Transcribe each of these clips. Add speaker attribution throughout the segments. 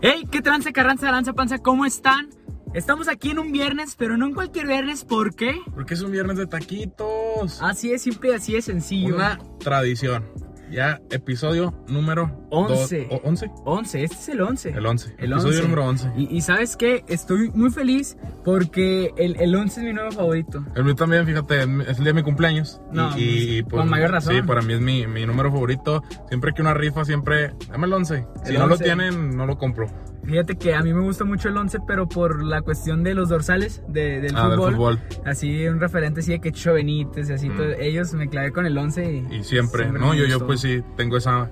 Speaker 1: Hey, qué trance, carranza, lanza, panza, ¿cómo están? Estamos aquí en un viernes, pero no en cualquier viernes, ¿por qué?
Speaker 2: Porque es un viernes de taquitos.
Speaker 1: Así es simple, así es sencillo.
Speaker 2: Una tradición. Ya, episodio número
Speaker 1: Once.
Speaker 2: do- o- ¿once?
Speaker 1: 11, este es el 11.
Speaker 2: El 11.
Speaker 1: El
Speaker 2: episodio
Speaker 1: 11.
Speaker 2: número 11.
Speaker 1: Y, y sabes qué, estoy muy feliz porque el, el 11 es mi nuevo favorito.
Speaker 2: El mío también, fíjate, es el día de mi cumpleaños.
Speaker 1: No,
Speaker 2: y, y,
Speaker 1: pues, con mayor razón.
Speaker 2: Sí, para mí es mi, mi número favorito. Siempre que una rifa, siempre. Dame el 11. Si
Speaker 1: El
Speaker 2: no lo
Speaker 1: 11.
Speaker 2: tienen, no lo compro.
Speaker 1: Fíjate que a mí me gusta mucho el 11, pero por la cuestión de los dorsales de- del,
Speaker 2: ah,
Speaker 1: fútbol,
Speaker 2: del fútbol.
Speaker 1: Así, un referente así de que Chicho Benítez y así.
Speaker 2: Mm.
Speaker 1: todo. Ellos me clavé con el 11 y...
Speaker 2: Y siempre,
Speaker 1: me
Speaker 2: ¿no? Yo, yo
Speaker 1: gustó.
Speaker 2: pues sí, tengo esa,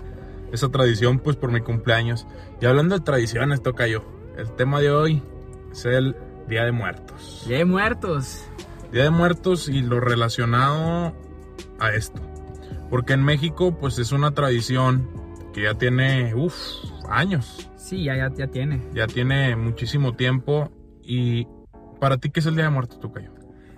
Speaker 2: esa tradición pues por mi cumpleaños. Y hablando de tradiciones, toca yo. El tema de hoy es el Día de Muertos.
Speaker 1: Ya de muertos.
Speaker 2: Día de Muertos y lo relacionado a esto. Porque en México pues es una tradición que ya tiene, uff, años.
Speaker 1: Sí, ya, ya, ya tiene.
Speaker 2: Ya tiene muchísimo tiempo. Y para ti, ¿qué es el Día de Muertos, Tocayo?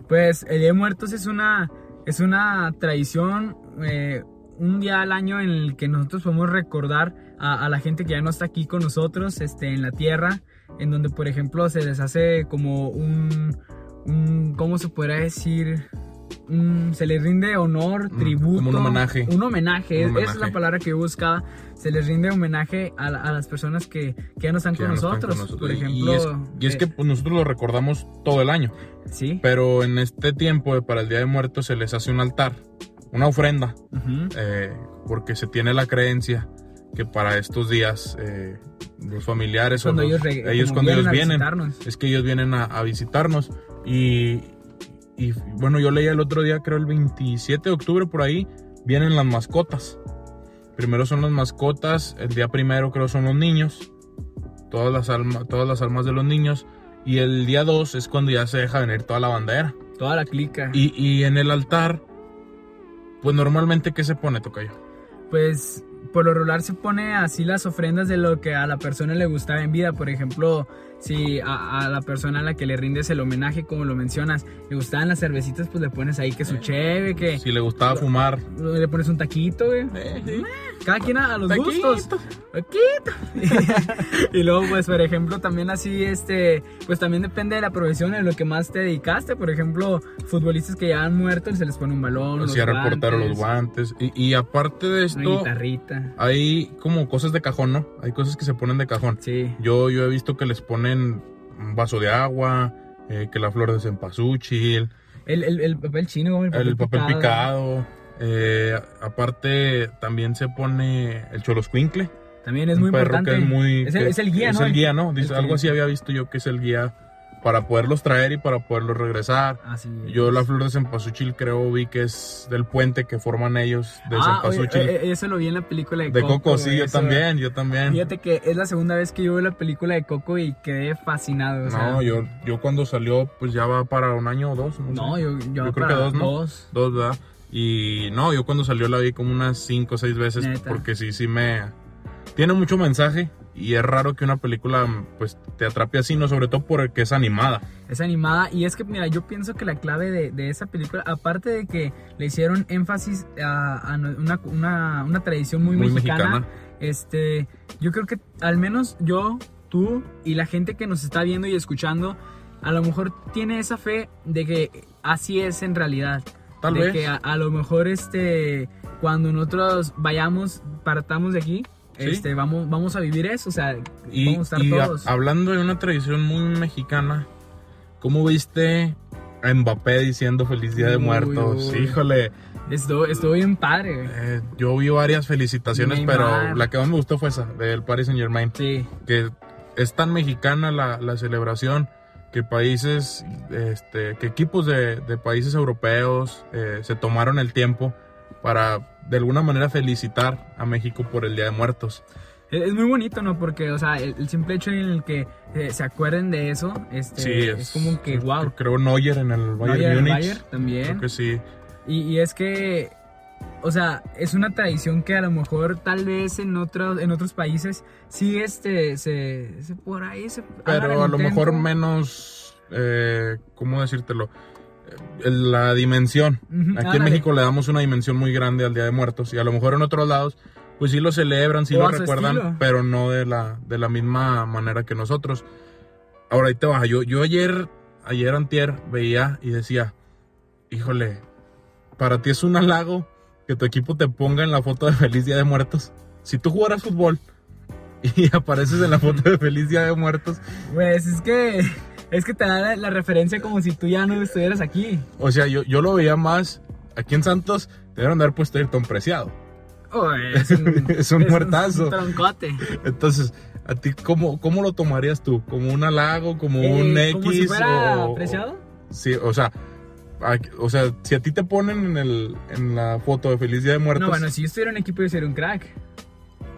Speaker 1: Pues el Día de Muertos es una, es una tradición, eh, un día al año en el que nosotros podemos recordar a, a la gente que ya no está aquí con nosotros, este, en la tierra, en donde por ejemplo se les hace como un, un ¿cómo se podrá decir? Un- se les rinde honor,
Speaker 2: Mm,
Speaker 1: tributo.
Speaker 2: como un homenaje.
Speaker 1: Un homenaje,
Speaker 2: Un
Speaker 1: esa es la
Speaker 2: homenaje.
Speaker 1: palabra que yo buscaba. Se les rinde homenaje a, la- a las personas que, que ya no están,
Speaker 2: Que
Speaker 1: con,
Speaker 2: ya no están
Speaker 1: nosotros.
Speaker 2: con nosotros.
Speaker 1: Por
Speaker 2: Y-
Speaker 1: ejemplo.
Speaker 2: y es, y es
Speaker 1: eh,
Speaker 2: que pues, nosotros lo recordamos todo el año.
Speaker 1: Sí.
Speaker 2: Pero en este tiempo, eh, para el Día de Muertos, se les hace un altar, una ofrenda,
Speaker 1: ujú.
Speaker 2: eh, porque se tiene la creencia que para estos días eh, los familiares
Speaker 1: Cuando
Speaker 2: o
Speaker 1: ellos,
Speaker 2: los-
Speaker 1: reg- como
Speaker 2: cuando ellos
Speaker 1: a
Speaker 2: vienen,
Speaker 1: visitarnos.
Speaker 2: es que ellos vienen a, a visitarnos. Y, y, bueno, yo leía el otro día, creo el 27 de octubre por ahí, vienen las mascotas. Primero son las mascotas, el día primero creo son los niños, todas las, alma- todas las almas de los niños. Y el día 2 es cuando ya se deja venir toda la bandera.
Speaker 1: Toda la clica.
Speaker 2: Y, y en el altar, pues normalmente, ¿qué se pone, Tocayo?
Speaker 1: pues por lo regular se pone así las ofrendas de lo que a la persona le gustaba en vida. Por ejemplo, si a, a la persona a la que le rindes el homenaje, como lo mencionas, le gustaban las cervecitas, pues le pones ahí que su
Speaker 2: Eh,
Speaker 1: cheve, que
Speaker 2: Si le gustaba fumar.
Speaker 1: le pones un taquito, güey.
Speaker 2: Eh,
Speaker 1: Cada quien a, a los gustos. Taquito. y luego, pues, por ejemplo, también así, este, pues también depende de la profesión, de lo que más te dedicaste. Por ejemplo, futbolistas que ya han muerto, se les pone un balón, los
Speaker 2: Cierra el portero los
Speaker 1: guantes,
Speaker 2: guantes. Y, y aparte
Speaker 1: Una
Speaker 2: de esto,
Speaker 1: guitarrita.
Speaker 2: hay como cosas de cajón, ¿no? Hay cosas que se ponen de cajón.
Speaker 1: Sí.
Speaker 2: Yo, yo he visto que les ponen un vaso de agua, eh, que la flor de cempasúchil,
Speaker 1: El, el, el papel chino, güey,
Speaker 2: el papel picado. eh, aparte, también se pone el choloscuincle.
Speaker 1: También es
Speaker 2: un
Speaker 1: muy
Speaker 2: perro
Speaker 1: importante.
Speaker 2: que es muy.
Speaker 1: Es el-
Speaker 2: que-
Speaker 1: es el guía,
Speaker 2: es
Speaker 1: ¿no?
Speaker 2: el guía, ¿no? Dice,
Speaker 1: el que-
Speaker 2: algo así había visto yo que es el guía para poderlos traer y para poderlos regresar.
Speaker 1: Así es.
Speaker 2: Yo la flor de cempasúchil creo vi que es del puente que forman ellos de
Speaker 1: Ah, oye,
Speaker 2: cempasúchil.
Speaker 1: eh, eh, eso lo vi en la película de,
Speaker 2: de Coco, sí,
Speaker 1: güey,
Speaker 2: yo
Speaker 1: eso-
Speaker 2: también, yo también.
Speaker 1: Fíjate que es la segunda vez que yo veo la película de Coco y quedé fascinado. o sea,
Speaker 2: No, yo, yo cuando salió, pues ya va para un año o dos. No,
Speaker 1: No,
Speaker 2: sé.
Speaker 1: yo, yo,
Speaker 2: Yo creo
Speaker 1: para
Speaker 2: que dos, ¿no?
Speaker 1: dos.
Speaker 2: Dos, ¿verdad? Y no, yo cuando salió la vi como unas cinco o seis veces
Speaker 1: Neta.
Speaker 2: porque sí, sí me... Tiene mucho mensaje y es raro que una película pues te atrape así, no sobre todo porque es animada.
Speaker 1: Es animada. Y es que, mira, yo pienso que la clave de, de esa película, aparte de que le hicieron énfasis a, a no- una, una, una tradición muy, mexicana Este, yo creo que al menos yo, tú y la gente que nos está viendo y escuchando, a lo mejor tiene esa fe de que así es en realidad.
Speaker 2: Tal
Speaker 1: de
Speaker 2: vez.
Speaker 1: que a, a lo mejor este, cuando nosotros vayamos, partamos de aquí,
Speaker 2: Sí.
Speaker 1: este, vamos, vamos a vivir eso, o sea,
Speaker 2: Y,
Speaker 1: vamos a estar
Speaker 2: y a-
Speaker 1: todos.
Speaker 2: hablando de una tradición muy mexicana, ¿cómo viste a Mbappé diciendo feliz día de
Speaker 1: Uy,
Speaker 2: muertos?
Speaker 1: uy.
Speaker 2: Híjole,
Speaker 1: Estuvo, estuvo bien padre, güey.
Speaker 2: eh, yo vi varias felicitaciones,
Speaker 1: Neymar.
Speaker 2: pero la que más me gustó fue esa, del Paris Saint Germain.
Speaker 1: Sí,
Speaker 2: que es tan mexicana la, la celebración que países, este, que equipos de, de países europeos eh, se tomaron el tiempo para de alguna manera felicitar a México por el Día de Muertos.
Speaker 1: es, es muy bonito, ¿no? Porque, o sea, el, el simple hecho en el que eh, se acuerden de eso, este, es, como que,
Speaker 2: es-
Speaker 1: wow.
Speaker 2: Creo Neuer en el Bayern Múnich.
Speaker 1: también.
Speaker 2: Creo que sí.
Speaker 1: Y, y es que, o sea, es una tradición que a lo mejor tal vez en otros, en otros países sí este, se, se- por ahí se... hagan Ah, el
Speaker 2: Pero a lo
Speaker 1: intento.
Speaker 2: mejor menos, eh, ¿cómo decírtelo? Eh, La dimensión.
Speaker 1: Ujú,
Speaker 2: Aquí en
Speaker 1: ándale.
Speaker 2: México le damos una dimensión muy grande al Día de Muertos y a lo mejor en otros lados pues sí lo celebran, sí
Speaker 1: O
Speaker 2: lo
Speaker 1: a su
Speaker 2: recuerdan,
Speaker 1: estilo.
Speaker 2: pero no de la, de la misma manera que nosotros. Ahora ahí te va, yo, yo ayer, ayer antier veía y decía, híjole, para ti es un halago que tu equipo te ponga en la foto de Feliz Día de Muertos. Si tú jugaras fútbol y apareces en la foto de Feliz Día de Muertos,
Speaker 1: Pues es que, es que te da la, la referencia como si tú ya no estuvieras aquí.
Speaker 2: o sea, yo, yo lo veía más, aquí en Santos te deben haber puesto a Ayrton Preciado.
Speaker 1: Oh, es un,
Speaker 2: Es un muertazo.
Speaker 1: un troncote.
Speaker 2: Entonces, ¿a ti cómo, cómo lo tomarías tú? ¿Como un halago? ¿Como
Speaker 1: Eh,
Speaker 2: un X?
Speaker 1: Como si fuera
Speaker 2: o-
Speaker 1: preciado.
Speaker 2: Sí, o sea, a- o sea, si a ti te ponen en, el, en la foto de Feliz Día de Muertos,
Speaker 1: No, bueno, si yo estuviera en un equipo, yo sería un crack.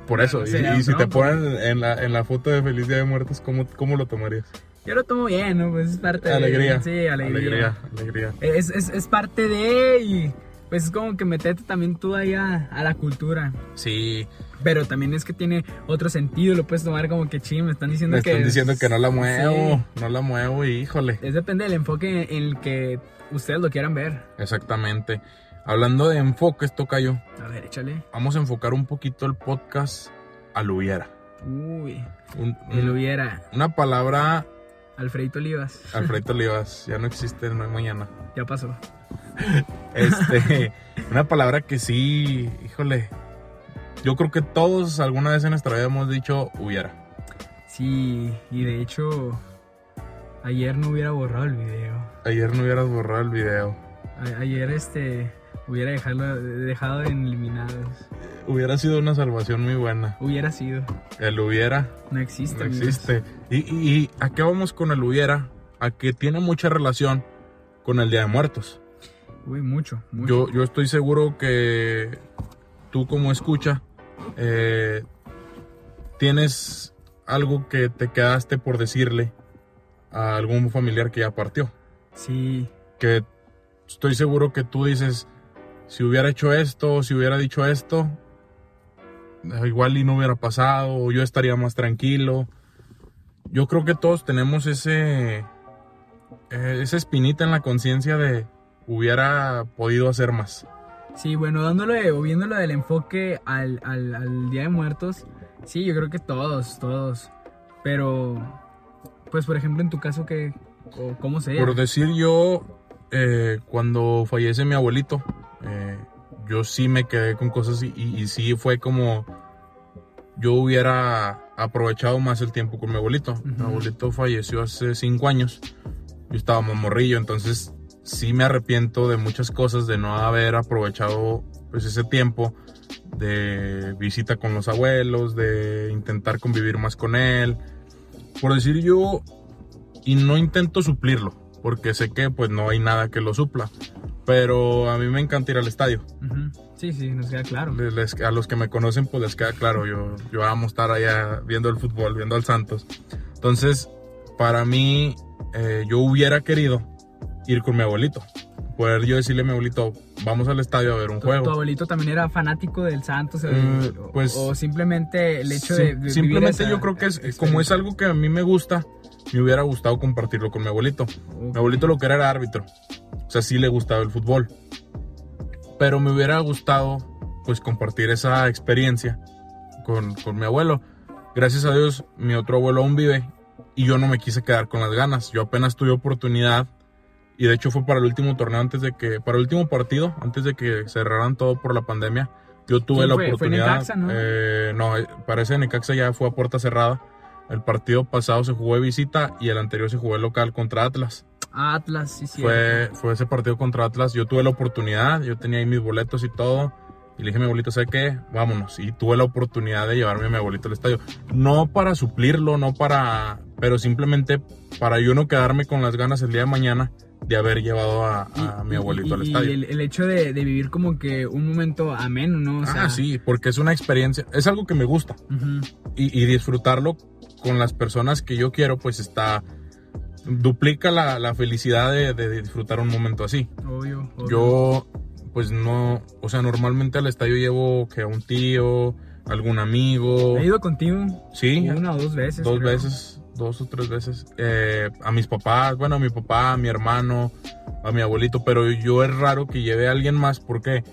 Speaker 2: por eso.
Speaker 1: no,
Speaker 2: y-
Speaker 1: sería
Speaker 2: y
Speaker 1: un
Speaker 2: si te
Speaker 1: tronco.
Speaker 2: ponen en la, en la foto de Feliz Día de Muertos, ¿cómo, cómo lo tomarías?
Speaker 1: Yo lo tomo bien, ¿no? Pues es parte de-
Speaker 2: Alegría.
Speaker 1: Sí, alegría.
Speaker 2: Alegría, alegría.
Speaker 1: Es, es, es parte de. Y pues es como que meterte también tú ahí a, a la cultura.
Speaker 2: Sí,
Speaker 1: Pero también es que tiene otro sentido. Lo puedes tomar como que ching, me están diciendo
Speaker 2: me
Speaker 1: que.
Speaker 2: están diciendo que no la
Speaker 1: Sí.
Speaker 2: muevo, no la muevo y híjole.
Speaker 1: Es depende del enfoque en el que ustedes lo quieran ver.
Speaker 2: Exactamente. Hablando de enfoques, Tocayo,
Speaker 1: A ver, échale.
Speaker 2: vamos a enfocar un poquito el podcast a lo hubiera.
Speaker 1: Uy,
Speaker 2: Un-
Speaker 1: él hubiera.
Speaker 2: una palabra
Speaker 1: Alfredito Olivas.
Speaker 2: Alfredo Olivas, ya no existe, no hay mañana.
Speaker 1: Ya pasó.
Speaker 2: Este, una palabra que sí, híjole. Yo creo que todos alguna vez en nuestra vida hemos dicho hubiera.
Speaker 1: Sí, y de hecho. Ayer no hubiera borrado el video.
Speaker 2: Ayer no hubieras borrado el video.
Speaker 1: A- Ayer este hubiera dejarlo, dejado en eliminados.
Speaker 2: Hubiera sido una salvación muy buena.
Speaker 1: Hubiera sido.
Speaker 2: El hubiera
Speaker 1: No existe.
Speaker 2: no
Speaker 1: amigos.
Speaker 2: existe. Y, y, y ¿a qué vamos con el hubiera? A que tiene mucha relación con el Día de Muertos.
Speaker 1: Uy, mucho, mucho.
Speaker 2: Yo, yo estoy seguro que tú como escucha eh, tienes algo que te quedaste por decirle a algún familiar que ya partió.
Speaker 1: Sí.
Speaker 2: Que estoy seguro que tú dices, si hubiera hecho esto, si hubiera dicho esto, eh, igual y no hubiera pasado, o yo estaría más tranquilo. Yo creo que todos tenemos ese, eh, esa espinita en la conciencia de hubiera podido hacer más.
Speaker 1: Sí, bueno, dándole o viéndolo del enfoque al, al, al Día de Muertos, sí, yo creo que todos, todos. Pero, pues, por ejemplo, en tu caso, ¿qué, o ¿cómo sería?
Speaker 2: Por decir yo, eh, cuando fallece mi abuelito, eh, yo sí me quedé con cosas y, y- y sí fue como yo hubiera aprovechado más el tiempo con mi abuelito. Mi
Speaker 1: Ujú.
Speaker 2: abuelito falleció hace cinco años, yo estaba más morrillo, entonces sí me arrepiento de muchas cosas, de no haber aprovechado pues ese tiempo de visita con los abuelos, de intentar convivir más con él. Por decir yo, y no intento suplirlo, porque sé que pues no hay nada que lo supla. Pero a mí me encanta ir al estadio.
Speaker 1: Ujú. Sí, sí, nos queda claro.
Speaker 2: Les- les- a los que me conocen pues les queda claro, yo, yo amo estar allá viendo el fútbol, viendo al Santos. Entonces, para mí, eh, yo hubiera querido ir con mi abuelito. Poder yo decirle a mi abuelito, vamos al estadio a ver un
Speaker 1: Tu, tu
Speaker 2: juego.
Speaker 1: abuelito también era fanático del Santos, el-
Speaker 2: Eh,
Speaker 1: o-
Speaker 2: pues,
Speaker 1: o, simplemente el hecho
Speaker 2: Sim-
Speaker 1: de, de vivir
Speaker 2: simplemente
Speaker 1: esa e-,
Speaker 2: yo creo que es, como es algo que a mí me gusta, me hubiera gustado compartirlo con mi abuelito.
Speaker 1: experiencia.
Speaker 2: Mi abuelito lo que era era árbitro. O sea, sí le gustaba el fútbol. Pero me hubiera gustado pues compartir esa experiencia con, con mi abuelo. Gracias a Dios, mi otro abuelo aún vive y yo no me quise quedar con las ganas. Yo apenas tuve oportunidad y de hecho fue para el último torneo antes de que, para el último partido, antes de que cerraran todo por la pandemia. Yo tuve
Speaker 1: ¿Quién
Speaker 2: la
Speaker 1: fue? ¿Fue
Speaker 2: oportunidad.
Speaker 1: Necaxa, no?
Speaker 2: eh, no, eh, parece que Necaxa ya fue a puerta cerrada. El partido pasado se jugó de visita y el anterior se jugó de local contra Atlas.
Speaker 1: Atlas, sí, sí.
Speaker 2: Fue, fue ese partido contra Atlas. Yo tuve la oportunidad, yo tenía ahí mis boletos y todo. Y le dije a mi abuelito, ¿sabes qué? Vámonos. Y tuve la oportunidad de llevarme a mi abuelito al estadio. No para suplirlo, no para. Pero simplemente para yo no quedarme con las ganas el día de mañana de haber llevado a, a
Speaker 1: Y-
Speaker 2: mi
Speaker 1: y-
Speaker 2: abuelito
Speaker 1: y-
Speaker 2: al
Speaker 1: y
Speaker 2: estadio.
Speaker 1: el, el hecho de, de vivir como que un momento ameno, ¿no? O sea,
Speaker 2: ah, sí, porque es una experiencia. Es algo que me gusta.
Speaker 1: ujú.
Speaker 2: y, y disfrutarlo con las personas que yo quiero, pues está. duplica la, la felicidad de, de disfrutar un momento así.
Speaker 1: Obvio, obvio.
Speaker 2: Yo, pues no. O sea, normalmente al estadio llevo que a un tío, algún amigo.
Speaker 1: He ido contigo
Speaker 2: Sí,
Speaker 1: una o dos veces.
Speaker 2: dos
Speaker 1: creo.
Speaker 2: veces, dos o tres veces. Eh, a mis papás, bueno, a mi papá, a mi hermano, a mi abuelito, pero yo es raro que lleve a alguien más. ¿Por qué?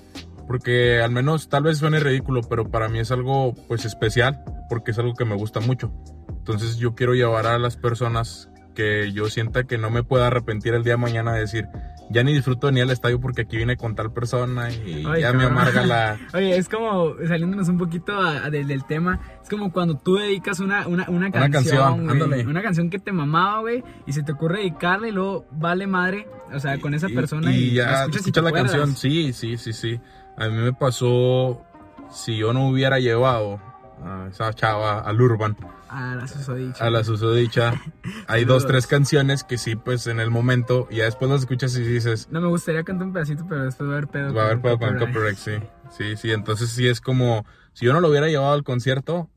Speaker 2: Porque al menos tal vez suene ridículo, pero para mí es algo pues especial, porque es algo que me gusta mucho. Entonces yo quiero llevar a las personas que yo sienta que no me pueda arrepentir el día de mañana de decir, ya ni disfruto ni al estadio porque aquí vine con tal persona y Ay, ya cabrón. me amarga la...
Speaker 1: Oye, es como, saliéndonos un poquito a, a, del, del, tema, es como cuando tú dedicas una, una, una canción, una canción, ándale. una canción que te mamaba, güey, y se te ocurre dedicarle y luego vale madre, o sea, con esa persona.
Speaker 2: Y, y, y ya escuchas escucha la acuerdas. canción, sí, sí, sí, sí. A mí me pasó, si yo no hubiera llevado a esa chava al Urban,
Speaker 1: a la susodicha.
Speaker 2: A la susodicha. Hay dos, tres canciones que sí, pues en el momento, y ya después las escuchas y dices.
Speaker 1: No me gustaría cantar un pedacito, pero después va a haber pedo.
Speaker 2: Va a haber pedo con el copyright, sí. Sí, sí, entonces sí es como. Si yo no lo hubiera llevado al concierto,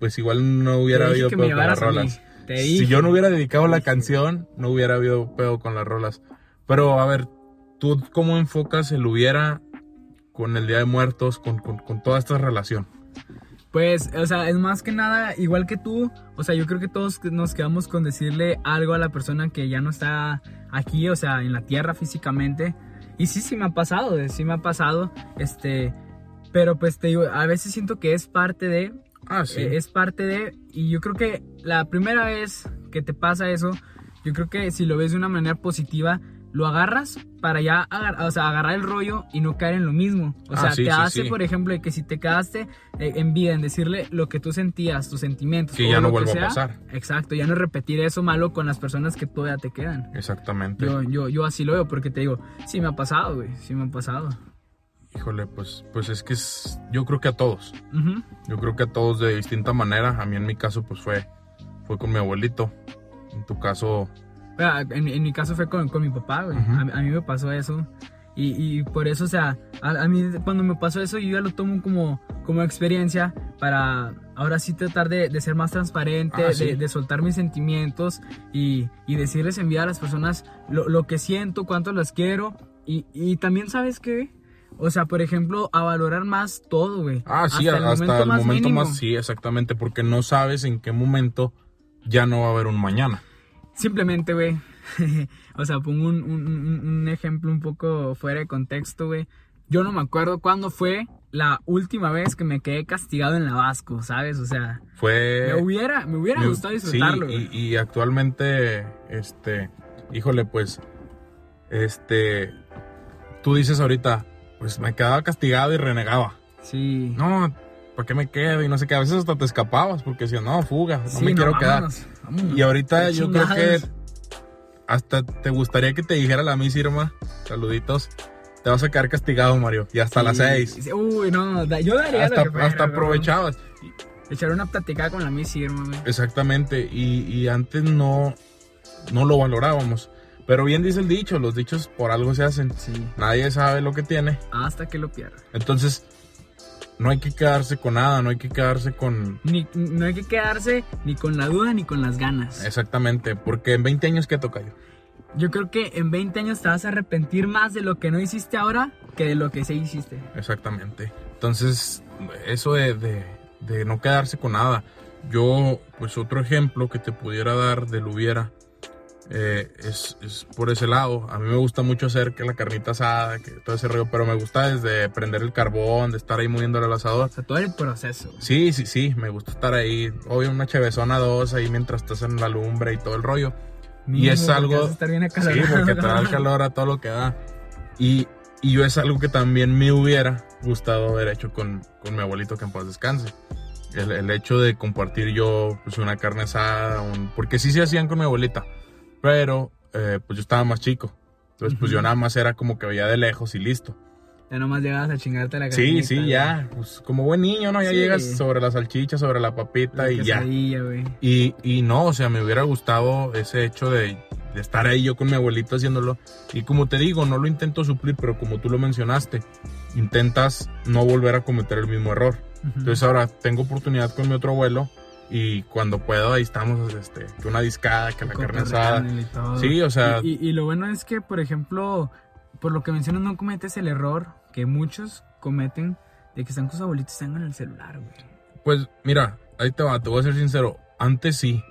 Speaker 2: pues igual no hubiera habido pedo con las rolas. Si yo no hubiera dedicado la canción, no hubiera habido pedo con las rolas. Pero a ver, ¿tú cómo enfocas el hubiera con el Día de Muertos, con, con, con toda esta relación?
Speaker 1: Pues, o sea, es más que nada, igual que tú, o sea, yo creo que todos nos quedamos con decirle algo a la persona que ya no está aquí, o sea, en la tierra físicamente. Y sí, sí me ha pasado, eh, sí me ha pasado, este, pero pues te digo, a veces siento que es parte de,
Speaker 2: ah, sí.
Speaker 1: eh, es parte de, y yo creo que la primera vez que te pasa eso, yo creo que si lo ves de una manera positiva, lo agarras para ya agar o sea, agarrar el rollo y no caer en lo mismo. O ah, sea, sí, te sí, hace, sí. por ejemplo, que si te quedaste eh, en vida, en decirle lo que tú sentías, tus sentimientos.
Speaker 2: Que ya no vuelva a pasar.
Speaker 1: Exacto, ya no repetir eso malo con las personas que todavía te quedan.
Speaker 2: Exactamente.
Speaker 1: Yo, yo, yo así lo veo porque te digo, sí me ha pasado, güey, sí me ha pasado.
Speaker 2: Híjole, pues, pues es que es, yo creo que a todos. Uh -huh. Yo creo que a todos de distinta manera. A mí en mi caso, pues fue, fue con mi abuelito. En tu caso,
Speaker 1: en, en, mi caso fue con, con mi papá, güey. Uh -huh. a, a, mí me pasó eso. Y, y por eso, o sea, a, a, mí cuando me pasó eso, yo ya lo tomo como, como experiencia para ahora sí tratar de, de ser más transparente, ah, ¿sí? de, de, soltar mis sentimientos y, y, decirles en vida a las personas lo, lo que siento, cuánto las quiero. Y, y también, ¿sabes qué? O sea, por ejemplo, a valorar más todo, güey.
Speaker 2: Ah, sí, hasta, hasta el momento, hasta el más, momento más. Sí, exactamente, porque no sabes en qué momento ya no va a haber un mañana
Speaker 1: simplemente, güey. o sea, pongo un, un, un, ejemplo un poco fuera de contexto, güey. Yo no me acuerdo cuándo fue la última vez que me quedé castigado en la Vasco, ¿sabes? O sea,
Speaker 2: fue.
Speaker 1: Me hubiera, me hubiera me... gustado disfrutarlo,
Speaker 2: Eh, sí, y, y, actualmente, este. Híjole, pues. Este. Tú dices ahorita, pues me quedaba castigado y renegaba.
Speaker 1: Sí.
Speaker 2: No, ¿para qué me quedo? Y no sé qué. A veces hasta te escapabas porque decías, no, fuga, no sí, me no, quiero vámonos. quedar. Y ahorita yo creo que hasta te gustaría que te dijera la Miss Irma, saluditos. Te vas a quedar castigado, Mario. Y hasta sí. las 6.
Speaker 1: Uy, no, yo daría
Speaker 2: Hasta,
Speaker 1: lo que fuera,
Speaker 2: hasta aprovechabas.
Speaker 1: Echar una platicada con la Miss Irma,
Speaker 2: Eh.
Speaker 1: güey.
Speaker 2: Exactamente. Y, y, antes no, no lo valorábamos. Pero bien dice el dicho, los dichos por algo se hacen.
Speaker 1: Sí.
Speaker 2: Nadie sabe lo que tiene.
Speaker 1: Hasta que lo pierda.
Speaker 2: Entonces, no hay que quedarse con nada, no hay que quedarse con...
Speaker 1: Ni, no hay que quedarse ni con la duda ni con las ganas.
Speaker 2: Exactamente, porque en 20 años, ¿qué toca yo?
Speaker 1: Yo creo que en 20 años te vas a arrepentir más de lo que no hiciste ahora que de lo que sí hiciste.
Speaker 2: Exactamente. Entonces, eso de, de, de no quedarse con nada. Yo, pues otro ejemplo que te pudiera dar del hubiera eh, es, es, por ese llado. A mí me gusta mucho hacer que la carnita asada, que todo ese rollo, pero me gusta desde prender el carbón, de estar ahí moviéndole al asador.
Speaker 1: O sea, todo el proceso. Güey.
Speaker 2: Sí, sí, sí, me gusta estar ahí. Obvio, una chevezona dos ahí mientras estás en la lumbre y todo el rollo. Mío, y es algo.
Speaker 1: Estar bien
Speaker 2: sí, porque te da el calor a todo lo que da. Y, y, yo es algo que también me hubiera gustado haber hecho con, con mi abuelito que en paz descanse. El, el hecho de compartir yo pues, una carne asada, un... porque sí se hacían con mi abuelita pero eh, pues yo estaba más chico. Entonces, uh -huh. pues yo nada más era como que veía de lejos y listo.
Speaker 1: Ya nomás llegabas a chingarte la
Speaker 2: carnita. Sí, sí, ya. Pues como buen niño, ¿no? Ya sí. llegas sobre la salchicha, sobre la papita
Speaker 1: la
Speaker 2: y ya.
Speaker 1: Wey.
Speaker 2: Y, y no, o sea, me hubiera gustado ese hecho de, de, estar ahí yo con mi abuelito haciéndolo. Y como te digo, no lo intento suplir, pero como tú lo mencionaste, intentas no volver a cometer el mismo error. Uh -huh. Entonces ahora tengo oportunidad con mi otro abuelo y cuando puedo ahí estamos este que una discada que la carne asada sí o sea
Speaker 1: y, y, y, lo bueno es que por ejemplo por lo que mencionas no cometes el error que muchos cometen de que están con sus abuelitos están en el celular güey
Speaker 2: pues mira ahí te va te voy a ser sincero antes sí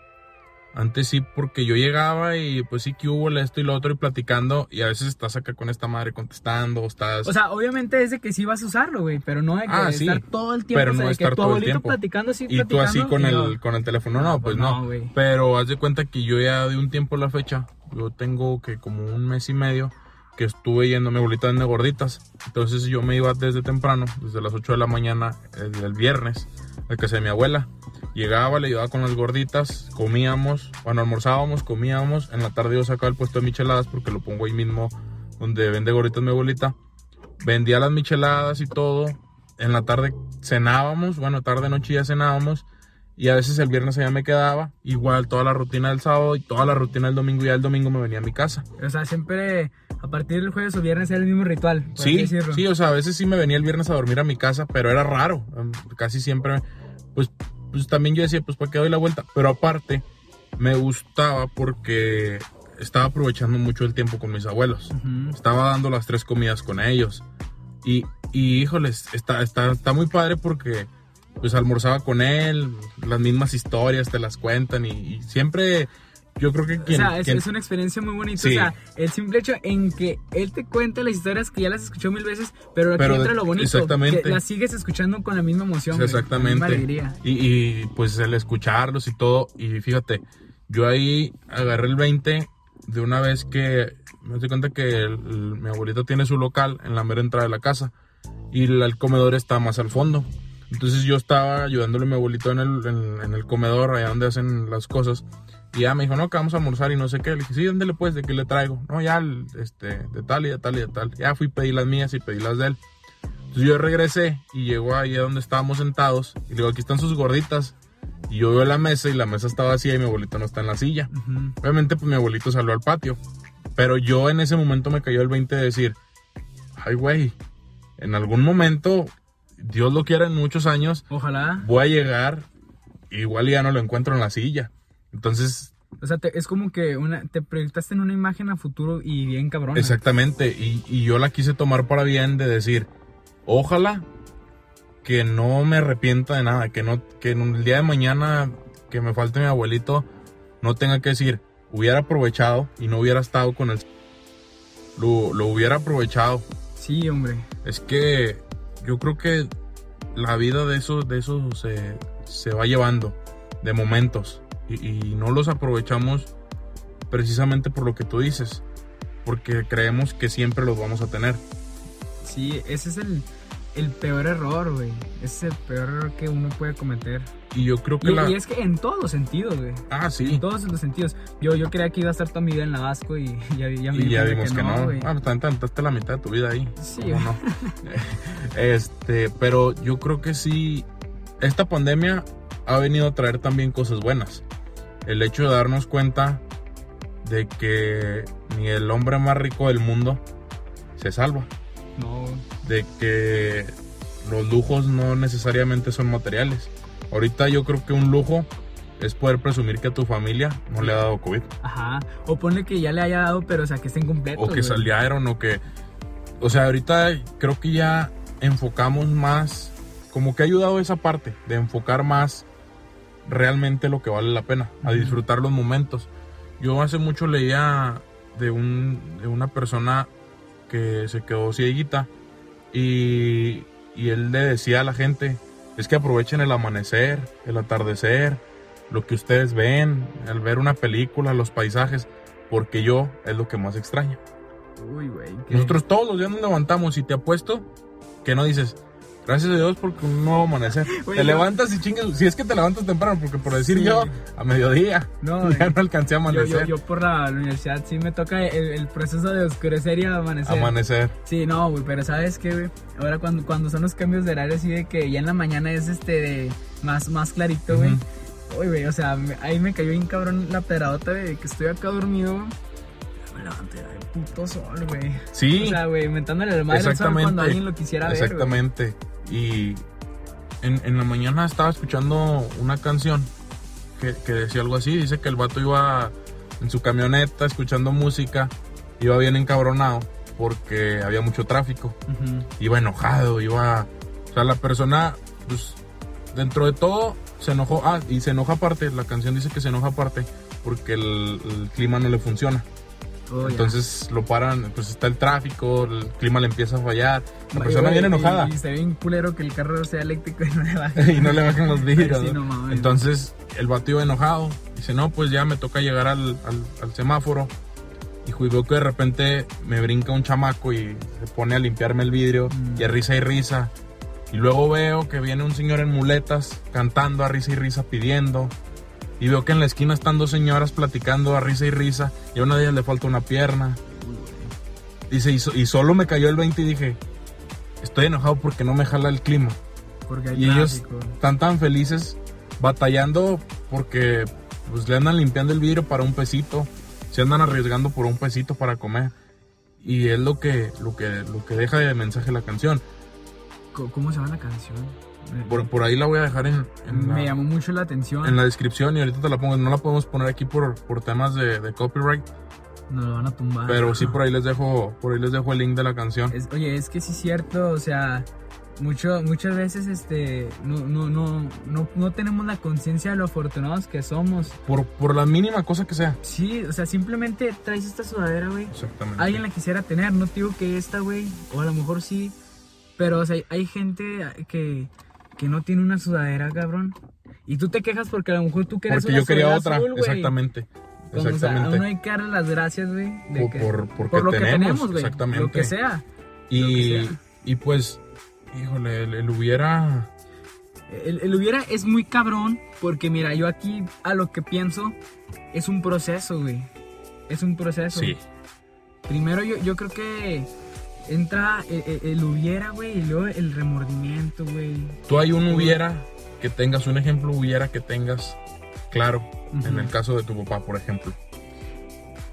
Speaker 2: Antes sí, porque yo llegaba y pues sí que hubo esto y lo otro y platicando y a veces estás acá con esta madre contestando, estás...
Speaker 1: O sea, obviamente es de que sí vas a usarlo, güey, pero no de que
Speaker 2: Ah, sí,
Speaker 1: estar todo el tiempo,
Speaker 2: pero
Speaker 1: o sea,
Speaker 2: no
Speaker 1: de que
Speaker 2: estar
Speaker 1: tu
Speaker 2: todo el
Speaker 1: abuelito
Speaker 2: tiempo.
Speaker 1: platicando así,
Speaker 2: y tú así
Speaker 1: platicando,
Speaker 2: con
Speaker 1: y
Speaker 2: el,
Speaker 1: yo-
Speaker 2: con el teléfono, no,
Speaker 1: No,
Speaker 2: pues
Speaker 1: pues
Speaker 2: no.
Speaker 1: no, güey.
Speaker 2: Pero haz de cuenta que yo ya de un tiempo a la fecha, yo tengo que como un mes y medio que estuve yendo, mi abuelita vende gorditas. Entonces yo me iba desde temprano, desde las 8 de la mañana, el, el viernes, a casa de mi abuela. Llegaba, le ayudaba con las gorditas, comíamos, bueno, almorzábamos, comíamos. En la tarde yo sacaba el puesto de micheladas porque lo pongo ahí mismo donde vende gorditas mi abuelita. Vendía las micheladas y todo. En la tarde cenábamos, bueno, tarde, noche ya cenábamos. Y a veces el viernes allá me quedaba, igual toda la rutina del sábado y toda la rutina del domingo y ya el domingo me venía a mi casa.
Speaker 1: O sea, siempre a partir del jueves o viernes era el mismo ritual. por así
Speaker 2: Sí,
Speaker 1: decirlo.
Speaker 2: sí, o sea, a veces sí me venía el viernes a dormir a mi casa, pero era raro. em, Casi siempre, pues, pues también yo decía, pues, ¿para qué doy la vuelta? Pero aparte, me gustaba porque estaba aprovechando mucho el tiempo con mis abuelos.
Speaker 1: Ujú.
Speaker 2: Estaba dando las tres comidas con ellos. Y, y híjoles, está, está, está muy padre porque pues almorzaba con él, las mismas historias te las cuentan y, y siempre yo creo que
Speaker 1: O
Speaker 2: quien...
Speaker 1: sea, es,
Speaker 2: quien-
Speaker 1: es una experiencia muy bonita.
Speaker 2: Sí.
Speaker 1: O sea, el simple hecho en que él te cuenta las historias que ya las escuchó mil veces, pero aquí
Speaker 2: Pero
Speaker 1: entra lo bonito.
Speaker 2: exactamente.
Speaker 1: Que las sigues escuchando con la misma emoción. güey, Con la misma
Speaker 2: Exactamente.
Speaker 1: alegría.
Speaker 2: Y, y, pues el escucharlos y todo. Y fíjate, yo ahí agarré el 20 de una vez que me di cuenta que el- el- mi abuelita tiene su local en la mera entrada de la casa y el, el comedor está más al fondo. Entonces yo estaba ayudándole a mi abuelito en el, en- en el comedor, allá donde hacen las cosas. Y ya me dijo, no, que vamos a almorzar y no sé qué. Le dije, sí, ¿dónde le puedes? ¿De qué le traigo? No, ya, el- este, de tal y de tal y de tal. Ya fui, pedí las mías y pedí las de él. Entonces yo regresé y llegó ahí a donde estábamos sentados y le digo, aquí están sus gorditas. Y yo veo la mesa y la mesa está vacía y mi abuelito no está en la silla.
Speaker 1: Ujú.
Speaker 2: Obviamente pues mi abuelito salió al patio. Pero yo en ese momento me cayó el 20 de decir, ay güey, en algún momento, Dios lo quiera en muchos años,
Speaker 1: Ojalá.
Speaker 2: voy a llegar y igual ya no lo encuentro en la silla. Entonces,
Speaker 1: O sea, te- es como que una, te proyectaste en una imagen a futuro y bien cabrón.
Speaker 2: exactamente, y, y yo la quise tomar para bien de decir, ojalá que no me arrepienta de nada, que no que en el día de mañana que me falte mi abuelito no tenga que decir hubiera aprovechado y no hubiera estado con él. Lo, lo hubiera aprovechado.
Speaker 1: Sí, hombre.
Speaker 2: Es que yo creo que la vida de eso, de eso se, se va llevando de momentos y, y no los aprovechamos precisamente por lo que tú dices, porque creemos que siempre los vamos a tener.
Speaker 1: Sí, ese es el, el peor error, güey. Ese es el peor error que uno puede cometer.
Speaker 2: Y yo creo que
Speaker 1: Y,
Speaker 2: la...
Speaker 1: y es que en todos los sentidos, güey.
Speaker 2: ah, sí.
Speaker 1: En todos los sentidos. Yo, yo creía que iba a estar toda mi vida en la Vasco y ya, ya me di
Speaker 2: Y ya
Speaker 1: cuenta
Speaker 2: vimos que no.
Speaker 1: güey.
Speaker 2: Ah, pues, también te aventaste la mitad de tu vida ahí.
Speaker 1: Sí,
Speaker 2: ¿Cómo
Speaker 1: güey.
Speaker 2: no? este, pero yo creo que sí. Esta pandemia ha venido a traer también cosas buenas. El hecho de darnos cuenta de que ni el hombre más rico del mundo se salva.
Speaker 1: No, güey.
Speaker 2: De que los lujos no necesariamente son materiales. Ahorita yo creo que un lujo es poder presumir que a tu familia no le ha dado COVID.
Speaker 1: Ajá. O ponle que ya le haya dado, pero o sea, que estén completos.
Speaker 2: o que
Speaker 1: güey.
Speaker 2: salieron o que o sea ahorita creo que ya enfocamos más como que ha ayudado esa parte de enfocar más realmente lo que vale la pena a
Speaker 1: Ujú.
Speaker 2: disfrutar los momentos yo hace mucho leía de un de una persona que se quedó cieguita y y él le decía a la gente es que aprovechen el amanecer el atardecer lo que ustedes ven al ver una película los paisajes porque yo es lo que más extraño
Speaker 1: Uy, güey. que-
Speaker 2: nosotros todos los días nos levantamos y te apuesto que no dices, gracias a Dios porque un nuevo amanecer.
Speaker 1: Güey,
Speaker 2: te
Speaker 1: yo-
Speaker 2: levantas y chingas, si es que te levantas temprano, porque por decir
Speaker 1: Sí.
Speaker 2: yo, a mediodía
Speaker 1: No, güey.
Speaker 2: ya no alcancé a
Speaker 1: Yo,
Speaker 2: amanecer.
Speaker 1: yo, yo por la universidad sí me toca el, el proceso de oscurecer y amanecer.
Speaker 2: Amanecer.
Speaker 1: sí, no, güey, pero ¿sabes qué, güey? Ahora cuando, cuando son los cambios de horario, así de que ya en la mañana es este de más, más clarito, güey.
Speaker 2: Ujú.
Speaker 1: Uy, güey, o sea, me- ahí me cayó bien cabrón la pedradota de que estoy acá dormido, güey. Me levanté de puto sol, güey.
Speaker 2: Sí,
Speaker 1: O sea, güey, mentándole la madre al sol cuando
Speaker 2: Exactamente.
Speaker 1: alguien lo quisiera ver, güey.
Speaker 2: exactamente. Y en, en la mañana estaba escuchando una canción que, que decía algo así. Dice que el vato iba en su camioneta escuchando música, iba bien encabronado porque había mucho tráfico.
Speaker 1: Ujú.
Speaker 2: iba enojado, iba... O sea, la persona, pues, dentro de todo, se enojó. Ah, y se enoja aparte, la canción dice que se enoja aparte, porque el, el clima no le funciona.
Speaker 1: Oh, ya.
Speaker 2: Entonces lo paran, pues está el tráfico, el clima le empieza a fallar. La
Speaker 1: Ay,
Speaker 2: persona
Speaker 1: güey,
Speaker 2: viene
Speaker 1: y-
Speaker 2: enojada
Speaker 1: Y, se ve un culero que el carro sea eléctrico y no le baje.
Speaker 2: y no le bajan los vidrios.
Speaker 1: Ay, sí, no mames.
Speaker 2: Entonces el batido enojado dice, no, pues ya me toca llegar al, al- al semáforo. Y ju- veo que de repente me brinca un chamaco y se pone a limpiarme el vidrio
Speaker 1: Mm.
Speaker 2: y a risa y risa. Y luego veo que viene un señor en muletas cantando a risa y risa pidiendo. Y veo que en la esquina están dos señoras platicando a risa y risa y a una de ellas le falta una pierna. Dice, y, so- y solo me cayó el 20 y dije, estoy enojado porque no me jala el clima.
Speaker 1: Porque hay
Speaker 2: Y ellos
Speaker 1: tráfico.
Speaker 2: están tan felices batallando porque pues le andan limpiando el vidrio para un pesito, se andan arriesgando por un pesito para comer. Y es lo que, lo que, lo que deja de mensaje la canción.
Speaker 1: Co- ¿Cómo se llama la canción? Me-
Speaker 2: Por, por ahí la voy a dejar en, en
Speaker 1: me
Speaker 2: la,
Speaker 1: llamó mucho la atención.
Speaker 2: en la descripción y ahorita te la pongo. No la podemos poner aquí por, por temas de, de copyright,
Speaker 1: Nos lo van a tumbar.
Speaker 2: pero sí por ahí les dejo, por ahí les dejo el link de la canción.
Speaker 1: Es- oye, es que sí es cierto, o sea, mucho, muchas veces este, no, no, no, no, no tenemos la conciencia de lo afortunados que somos.
Speaker 2: Por, por la mínima cosa que sea.
Speaker 1: Sí, o sea, simplemente traes esta sudadera, güey.
Speaker 2: Exactamente.
Speaker 1: Alguien la quisiera tener, no te digo que esta, güey, o a lo mejor sí, pero o sea, hay- hay gente que, que no tiene una sudadera, cabrón. Y tú te quejas porque a lo mejor tú querías
Speaker 2: Porque
Speaker 1: una
Speaker 2: yo quería
Speaker 1: sudadera
Speaker 2: otra.
Speaker 1: azul, güey.
Speaker 2: exactamente.
Speaker 1: Como, o sea,
Speaker 2: Exactamente.
Speaker 1: a uno hay que darle las gracias, güey. de
Speaker 2: Por-
Speaker 1: que-
Speaker 2: por- porque
Speaker 1: por lo
Speaker 2: tenemos,
Speaker 1: que tenemos, güey.
Speaker 2: exactamente.
Speaker 1: Lo que sea. Lo que
Speaker 2: Y,
Speaker 1: sea.
Speaker 2: y pues, híjole, el, el hubiera.
Speaker 1: El, el hubiera es muy cabrón porque mira, yo aquí a lo que pienso es un proceso, güey. Es un proceso.
Speaker 2: Sí,
Speaker 1: Primero yo, yo creo que entra el, el- el hubiera, güey, y luego el remordimiento, güey.
Speaker 2: tú hay un hubiera que tengas, un ejemplo hubiera que tengas claro, en
Speaker 1: Ujú.
Speaker 2: el caso de tu papá, por ejemplo.